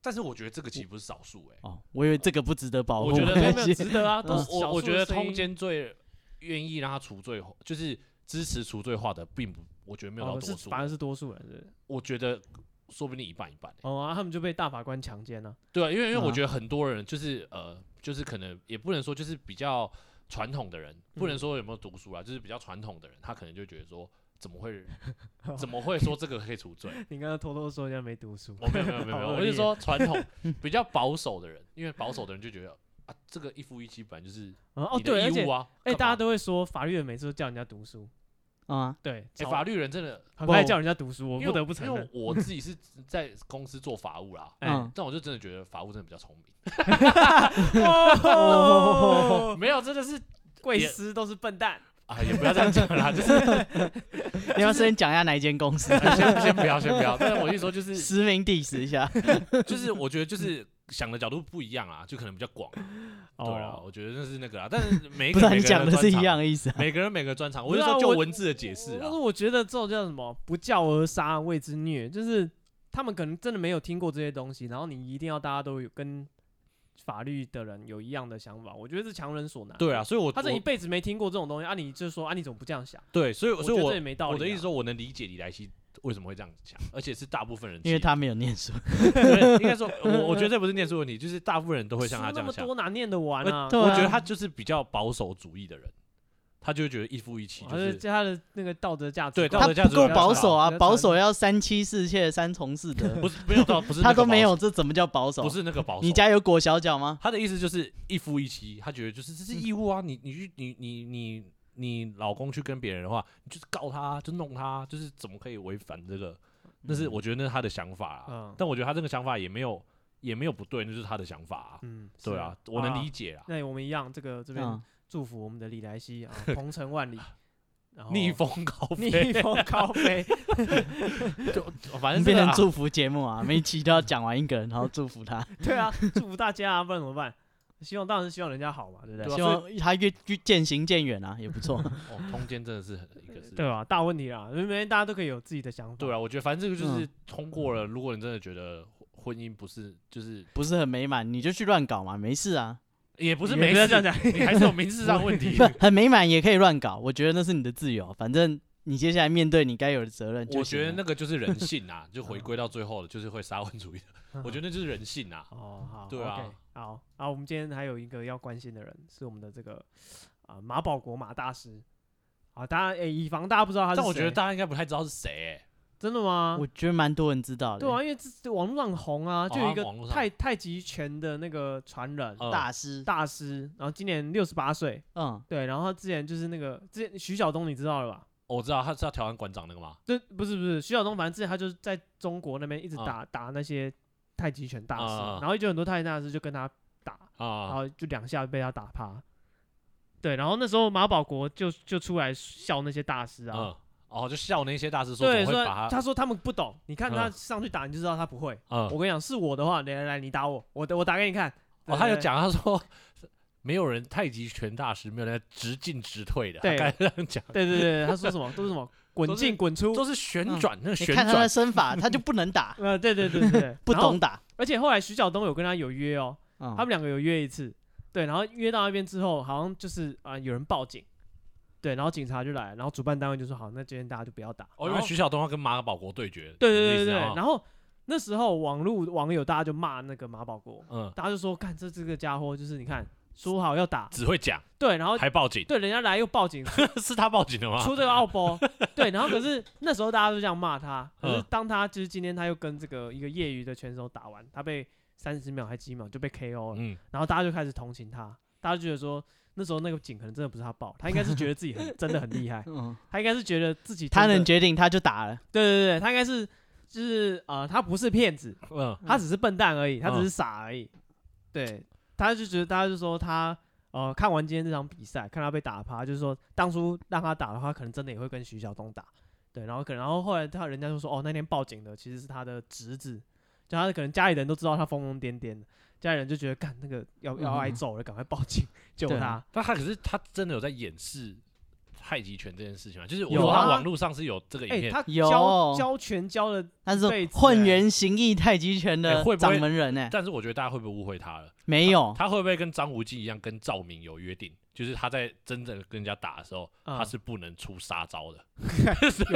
但是我觉得这个其实不是少数哎。哦，我以为这个不值得保护。我觉得没没有有没没有 *laughs* 有值得啊，都我是我我觉得通奸罪愿意让他除罪，就是支持除罪化的，并不，我觉得没有到哦是多数。反而是多数人是我觉得说不定一半一半欸、哦啊，他们就被大法官强奸了。对啊，因为因为我嗯觉得很多人就是呃，就是可能也不能说就是比较传统的人，不能说有没有读书啊，就是比较传统的人，他可能就觉得说。怎么会 *laughs* 怎么会说这个可以除罪？ *laughs* 你刚刚偷偷说人家没读书，我哦没有没 *laughs* 有没有没有，好恶我是劣说传统比较保守的人，因为保守的人就觉得啊，这个一夫一妻本来就是嗯哦你的对，而义且务啊。哎，干大嘛家都会说法律人每次都叫人家读书，啊，对，哎超法律人真的很不爱叫人家读书，我因为不得不承因认，为。我自己是在公司做法务啦哎嗯，但我就真的觉得法务真的比较聪明，哦 *laughs* 没有，真的是贵哦也司都是笨蛋， *laughs* 啊，也不要这样讲 *laughs* 啦，就是，你要先讲一下哪一间公司先先不要，先不要。但是我意思说，就 *laughs* 是实名 diss 一下。就是我觉得就是想的角度不一样啊，就可能比较广啊。对啊，哦，我觉得那是那个啊，但是每一不个是你每个人讲的是专一长样，的意思啊。每个人每个 *laughs* 专长，我不就是啊说就我文字的解释啊但是。我觉得这种叫什么“不教而杀，谓之虐”，就是他们可能真的没有听过这些东西，然后你一定要大家都有跟法律的人有一样的想法，我觉得是强人所难。对啊，，所以我他这一我辈子没听过这种东西啊，你就说啊，你怎么不这样想？对，所以所觉以得我这也没道理、啊我的意思，说，我能理啊解李莱西为什么会这样想，而且是大部分人，因为他没有念书，对应该说，我我觉得这不是念书问题，就是大部分人都会像他书那这样么想。多哪念得完我啊？对我啊觉得他就是比较保守主义的人，他就会觉得一夫一妻，就还是是他的那个道德价值对观，他道德价值不够观保守啊，比较保守要三妻四妾、三从四德，不是没有到不是他那个都没保有，这怎么叫保守，守不？是那个保守。你家有裹小脚吗？他的意思就是一夫一妻，他觉得就是这是义务啊，你你去你你你你老公去跟别人的话，你就是告他，就弄他，就是怎么可以违反这个？那是我觉得那是他的想法啊，嗯但我觉得他这个想法也没有也没有不对，那就是他的想法啊，嗯，是对啊，我能理解。解啊，那我们一样，这个这边嗯，祝福我们的李莱西 *laughs* 啊，鹏程万里，然后逆风高啊逆飞， *laughs* 风高飞，就反你变正这个成啊祝福节目啊，每一期都要讲完一个人，然后祝福他，对啊，祝福大家啊，不然怎么办？希望当然是希望人家好嘛，对不对啊对？希望他越越渐行渐远啊，也不 *laughs* 错。哦，通奸真的是很一个是。对啊吧？大问题啦，因为大家都可以有自己的想法。对啊，我觉得反正这个就是嗯通过了。如果你真的觉得婚姻不是，就是不是很美满，你就去乱搞嘛，没事啊。也不是你没不要这事样，讲，你还是有民事上问 *laughs* 题不。，很美满也可以乱搞，我觉得那是你的自由，反正你接下来面对你该有的责任就我行觉了。得那个就是人性啊，就嗯回归到最后了，就是会沙文主义的。我觉得那就是人性啊。哦，好，对啊 OK，好，啊，我们今天还有一个要关心的人是我们的这个啊、马保国马大师啊，大家诶、以防大家不知道 *laughs* 他是谁，但我觉得大家应该不太知道是谁欸。真的吗？我觉得蛮多人知道的。对啊，因为这这网络上很红啊，就有一哦网络个上太太极拳的那个传人、嗯欸大师，大师，然后今年六十八岁，嗯，对，然后他之前就是那个之前徐晓东，你知道了吧？哦我知道他是要调侃馆长那个吗？对，不是不是，徐晓东，反正之前他就是在中国那边一哦直打、打那些太极拳大师，啊啊啊然后就很多太极大师就跟他打，然啊，后就两下被他打趴。对，然后那时候马保国就就出来笑那些大师啊，嗯，哦，就笑那些大师说对，怎么说会把他，他说他们不懂，你看他嗯上去打你就知道他不会。嗯，我跟你讲，是我的话，来来来，你打我，我的我打给你看。哦，他有有，讲，他说 *laughs* 没有人太极拳大师没有人直进直退的，他对刚才这样讲，对对对对，他说什么都是什 *laughs* 么滚都是进滚出，，都是旋嗯转，那个你旋看他的转，身法，他就不能打，*laughs* 呃，对对对 *laughs* 对对不然后懂。打。而且后来徐晓东有跟他有约哦，嗯他们两个有约一次，对，然后约到那边之后，好像就是啊、有人报警，对，然后警察就来，然后主办单位就说好，那今天大家就不要打。哦，因然为后徐晓东要跟马保国对决，对你的对对意思对，啊然后那时候网络网友大家就骂那个马保国，嗯，大家就说看这这个家伙就是你看说好要打，只会讲，对，然后还 *laughs* 报警，对人家来又报警是他报警的吗？出这个奥波，对，然后可是那时候大家都这样骂他，可是嗯当他就是今天他又跟这个一个业余的选手打完，他被三十秒还几秒就被 KO 了，嗯，然后大家就开始同情他，大家就觉得说那时候那个警可能真的不是他报，他应该是觉得自己很真的很厉害，嗯，他应该是觉得自己他真的能决定他就打了。对对对，他应该是就是呃他不是骗子，嗯，他只是笨蛋而已，他只嗯是傻而已，对，他就觉得大家就说他。呃，看完今天这场比赛，看他被打趴，就是说当初让他打的话，可能真的也会跟徐晓东打，对，然后可能然后后来他人家就说，哦，那天报警的其实是他的侄子，就他可能家里人都知道他疯疯癫癫的，家里人就觉得干那个要要挨嗯揍了，赶快报 *laughs* 警救对他啊。但他可是他真的有在掩饰太极拳这件事情吗？就是我有说啊他网络上是有这个啊影哎、片，他有教教拳教的，他是辈子混元形意太极拳哎的会不会掌门人呢、欸但是我觉得大家会不会误会他了？没有，他会不会跟张无忌一样，跟赵敏有约定，就是他在真正跟人家打的时候，嗯他是不能出杀招 *laughs* 的，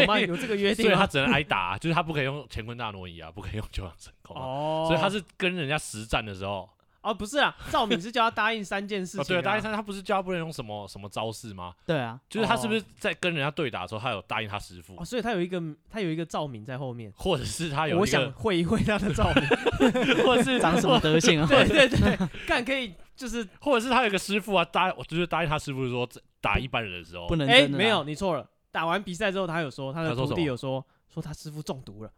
有吗？有这个约 *laughs* 所定以吗？他只能挨打、啊就是他不可以用乾坤大挪移啊，不可以用九阳神功啊、哦，所以他是跟人家实战的时候，哦，不是啊，赵敏是叫他答应三件事情、啊 *laughs* 哦、对，答应他他不是叫他不能用什么什么招式吗？对 *laughs* 啊，就是他是不是在跟人家对打的时候，他有答应他师傅，哦，所以他有一个他有一个赵敏在后面，或者是他有我一个想，会一会他的赵敏， *laughs* 或者是长什么德性啊？对对对，干可以就是 *laughs* 或者是他有一个师傅啊，答我就是答应他师傅说，这打一般人的时候不，能哎、真的打没有，你错了，打完比赛之后他有说他他的说徒什弟么有说说他师傅中毒了，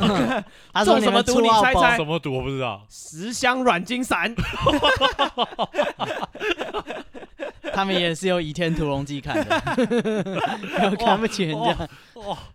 嗯他说中你什么们毒出你奥猜包猜哦什么毒我不知 *laughs* 道。 *laughs* 十香软金散，他们也是有《倚天屠龙记》看的，有看不起人家，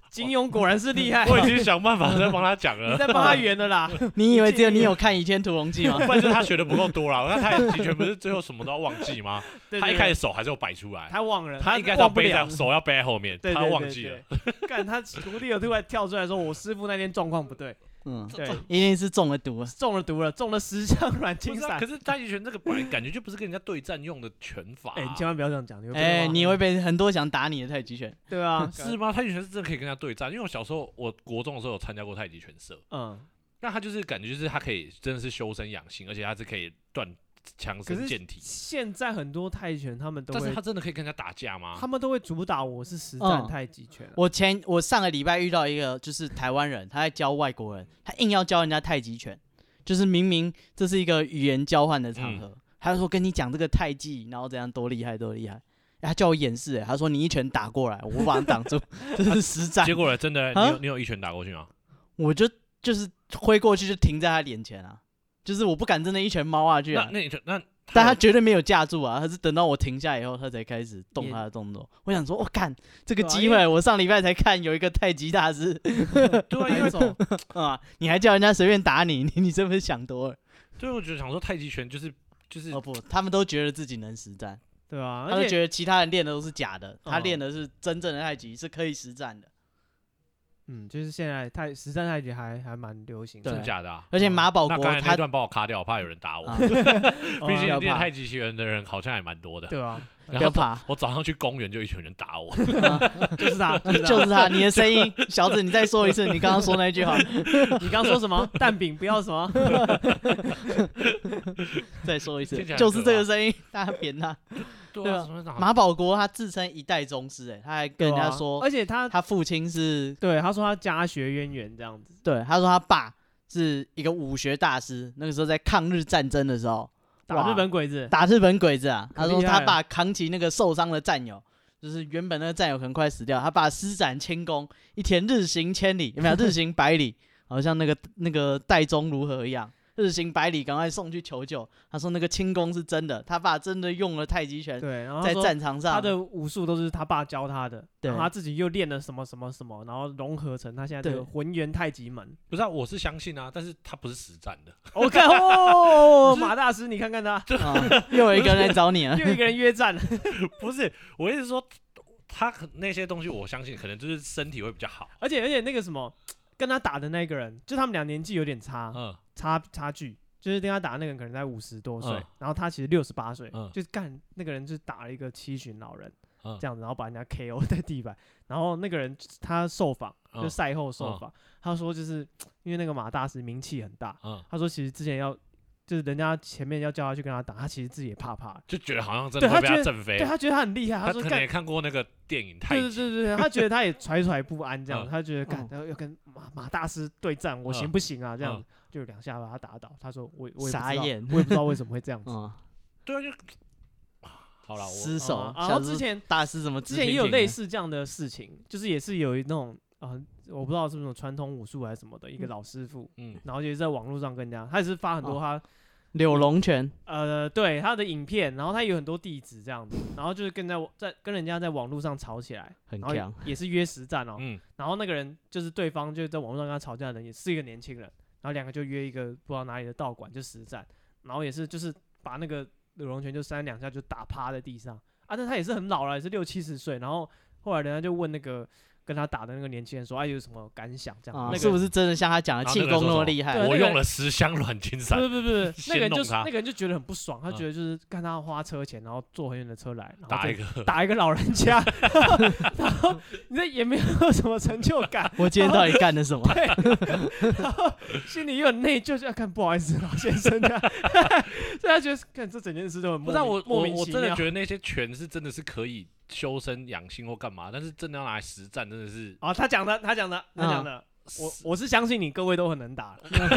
金庸果然是厉害，啊我已经想办法在帮他讲你了，在帮他圆了啦。你以为只有你有看《倚天屠龙记》吗？ *laughs* 不然就是他学的不够多了。那太极拳不是最后什么都要忘记吗？ *laughs* 对他一对开对始手还是有摆出来，他忘了，他应该是要忘不背了在。手要背在后面，对他对忘对记了。对干他徒弟有突然跳出来说：“我师傅那天状况不对，嗯，对，一定是中了毒了。中了毒了，中了十项软不禁是啊，可散。是太极拳这个本来感觉就不是跟人家对战用的拳法啊、哎，你千万不要这样讲，你会被哎，骂你会被很多想打你的太极拳。对啊，是吗？太极拳是真的可以跟人家对战，因为我小时候我国中的时候有参加过太极拳社，嗯，那他就是感觉就是他可以真的是修身养性，而且他是可以断强可身是健体。现在很多泰拳他们都但是会他，真的可以跟人家打架吗他？们都会主打我是实战嗯太极拳啊。我前我上个礼拜遇到一个就是台湾人，他在教外国人，他硬要教人家太极拳，就是明明这是一个语言交换的场合，他就说跟你讲这个太极，然后怎样多厉害多厉害。他叫我演示、欸，他说你一拳打过来，我把你挡住， *laughs* 这是实战结。果呢真的，你啊有你有一拳打过去吗？我就就是挥过去就停在他脸前啊，就是我不敢真的一拳猫下去那啊，那你就那，但他绝对没有架住啊，他是等到我停下以后，他才开始动他的动作。我想说，我、干这个对啊机因为会，我上礼拜才看有一个太极大师，对啊，因哪一为种？ *laughs* 啊！你还叫人家随便打你，你你是不是想多了？对，我就想说太极拳就是就是哦不，他们都觉得自己能实战，对啊，他而们且觉得其他人练的都是假的，他嗯练的是真正的太极，是可以实战的。嗯，就是现在泰实战太极还还蛮流行的。真对的假的啊？而且嗯马保那国刚才那他段帮我卡掉，我怕有人打我啊。毕哦竟要练怕太极拳的人好像还蛮多的。对 *laughs* 啊，不然要后怕，我早上去公园就一群人打我，就是他，就是他啊就是他，你的声音，小子，你再说一次，你刚刚说那句话，你刚说什 *laughs* 么？蛋饼不要什么？ *laughs* 再说一次听起，来就很是可这个声音，大家扁他。对对啊，啊什么打马保国他自称一代宗师，哎，他还跟人对家啊说，而且他他父亲是对他说他家学渊源这样子，对，他说他爸是一个武学大师，那个时候在抗日战争的时候打哇日本鬼子，打日本鬼子啊，可他说厉他害爸扛起那个受伤的战友，就是原本那个战友可能快死掉，他爸施展轻功，一天日行千里，*laughs* 有没有？日行百里，好像那个那个戴宗如何一样，日行百里，赶快送去求救。他说那个轻功是真的，他爸真的用了太极拳对，然后他在说战场上，他的武术都是他爸教他的，对然后他自己又练了什么什么什么，然后融合成他现在这对个浑元太极 *laughs* 门。不是啊，我是相信啊，但是他不是实战的，我看哦，马大师，你看看他，啊 *laughs* 又有一个人来找你了，又一个人约战了。 *laughs* 不是，我意思是说他可那些东西我相信可能就是身体会比较好，而且而且那个什么，跟他打的那个人，就他们俩年纪有点差嗯，差差距，就是跟他打的那个人可能在五十多岁嗯，然后他其实六十八岁嗯，就是干那个人就是打了一个七旬老人嗯这样子，然后把人家 KO *laughs* 在地板，然后那个人他受访嗯就赛后受访，他说就是因为那个马大师名气很大，嗯，他说其实之前要就是人家前面要叫他去跟他打，他其实自己也怕怕的，就觉得好像真的对会他被觉他得震飞对。他觉得他很厉害，哎他说可能干也。看过那个电影太对对极，对对，他觉得他也惴惴不安这样子，嗯他觉得干嗯，然后要跟马马大师对战，我行嗯不行啊？这样嗯子就两下把他打倒。他说 *laughs* 我我也不知道傻眼我也不知道为什么会这样子。嗯，对啊，就好了，我失手啊。然后下次之前大师怎么之直前也挺有啊挺类的似这样的事情，就是也是有一那种啊、我不知道是不是那种传统武术还是什么的一个嗯老师傅，嗯，然后也是在网络上跟人家，他也是发很多哦他、柳龙拳，呃对他的影片，然后他有很多弟子这样子，然后就是跟在在跟人家在网络上吵起来，很然后强也也是约实战哦，嗯然后那个人就是对方就在网络上跟他吵架的人，也是一个年轻人，然后两个就约一个不知道哪里的道馆就实战，然后也是就是把那个柳龙拳就扇两下就打趴在地上啊，但他也是很老了，也是六七十岁，然后后来人家就问那个跟他打的那个年轻人说，哎、有什么感想这样，啊，那是个啊不是真的像他讲的然后气那个人功说那什么么厉害？对那我个用了十箱软金不散， *laughs* 是不是不是，那先个人就弄是他那个人就觉得很不爽，他嗯觉得就是看他花车钱，然后坐很远的车来，然后打再一个， *laughs* 打一个老人家， *laughs* 然后你这也没有什么成就感，我今天到底干 *laughs* 了什么？然后心里又很内疚，就要看不好意思，老先生 *laughs* 这样，所以他觉得看这整件事都很莫不是啊名我莫我名我其真的妙觉得那些拳是真的是可以修身养性或干嘛，但是真的要拿来实战，真的是哦，他讲的，他讲的，他嗯啊讲的，我我是相信你各位都很能打了，啊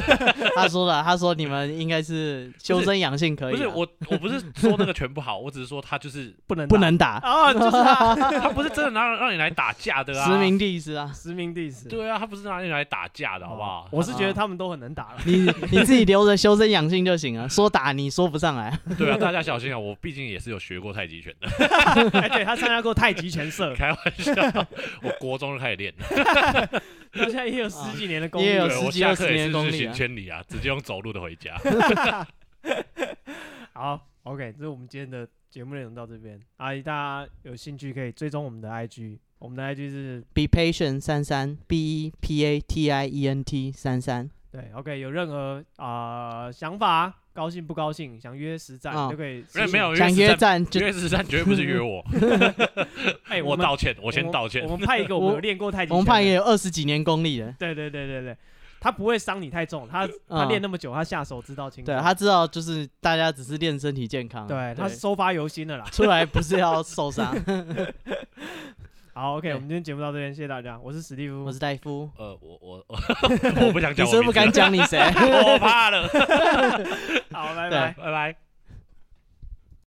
他说了，他说你们应该是修身养性可以啊，不是我，我不是说那个拳不好，我只是说他就是不能不打 *laughs* 能打，啊，就是 *laughs* 他他不是真的拿让你来打架的啊。实名哦第一次啊，实名弟子，对啊，他不是拿你来打架的好不好？我是觉得他们都很能打 *laughs* 了，你你自己留着修身养性 *laughs* 就行了，啊说打你说不上来，对啊，大家小心啊！我毕竟也是有学过太极拳 *laughs* 的，哎，对他参加过太极拳 *laughs* 社，开玩笑，我国中就开始练了，到现在也有十几年的功也力有了。对十我几下二十课啊也年是功日力行啊千里啊，直接用走路的回家。 *laughs* 好，OK，这是我们今天的节目内容到这边。阿姨，大家有兴趣可以追踪我们的 IG，我们的 IG 是 Be patient 三三 B E P A T I E N T 三三，对 OK，有任何啊、呃想法，高兴不高兴，想约实战、哦都可以私没有信。没有，因想为约实战战就因为十三绝对不是 *laughs* 约我，哎、我们道歉，我先们道歉我。们派 *laughs* 一个我们我有练过太极拳的，我们派也有二十几年功力的，对对对对对，他不会伤你太重，他他嗯练那么久，他下手知道轻重。对他知道就是大家只是练身体健康啊，对他他是收发由心的啦。出来不是要受伤， *laughs* 好，OK，对我们今天节目到这边，谢谢大家，我是史蒂夫，我是戴夫，呃，我我 *laughs* 我不想你讲，是不是不敢 *laughs* 讲，讲你谁？我怕了，好，拜对拜。拜拜。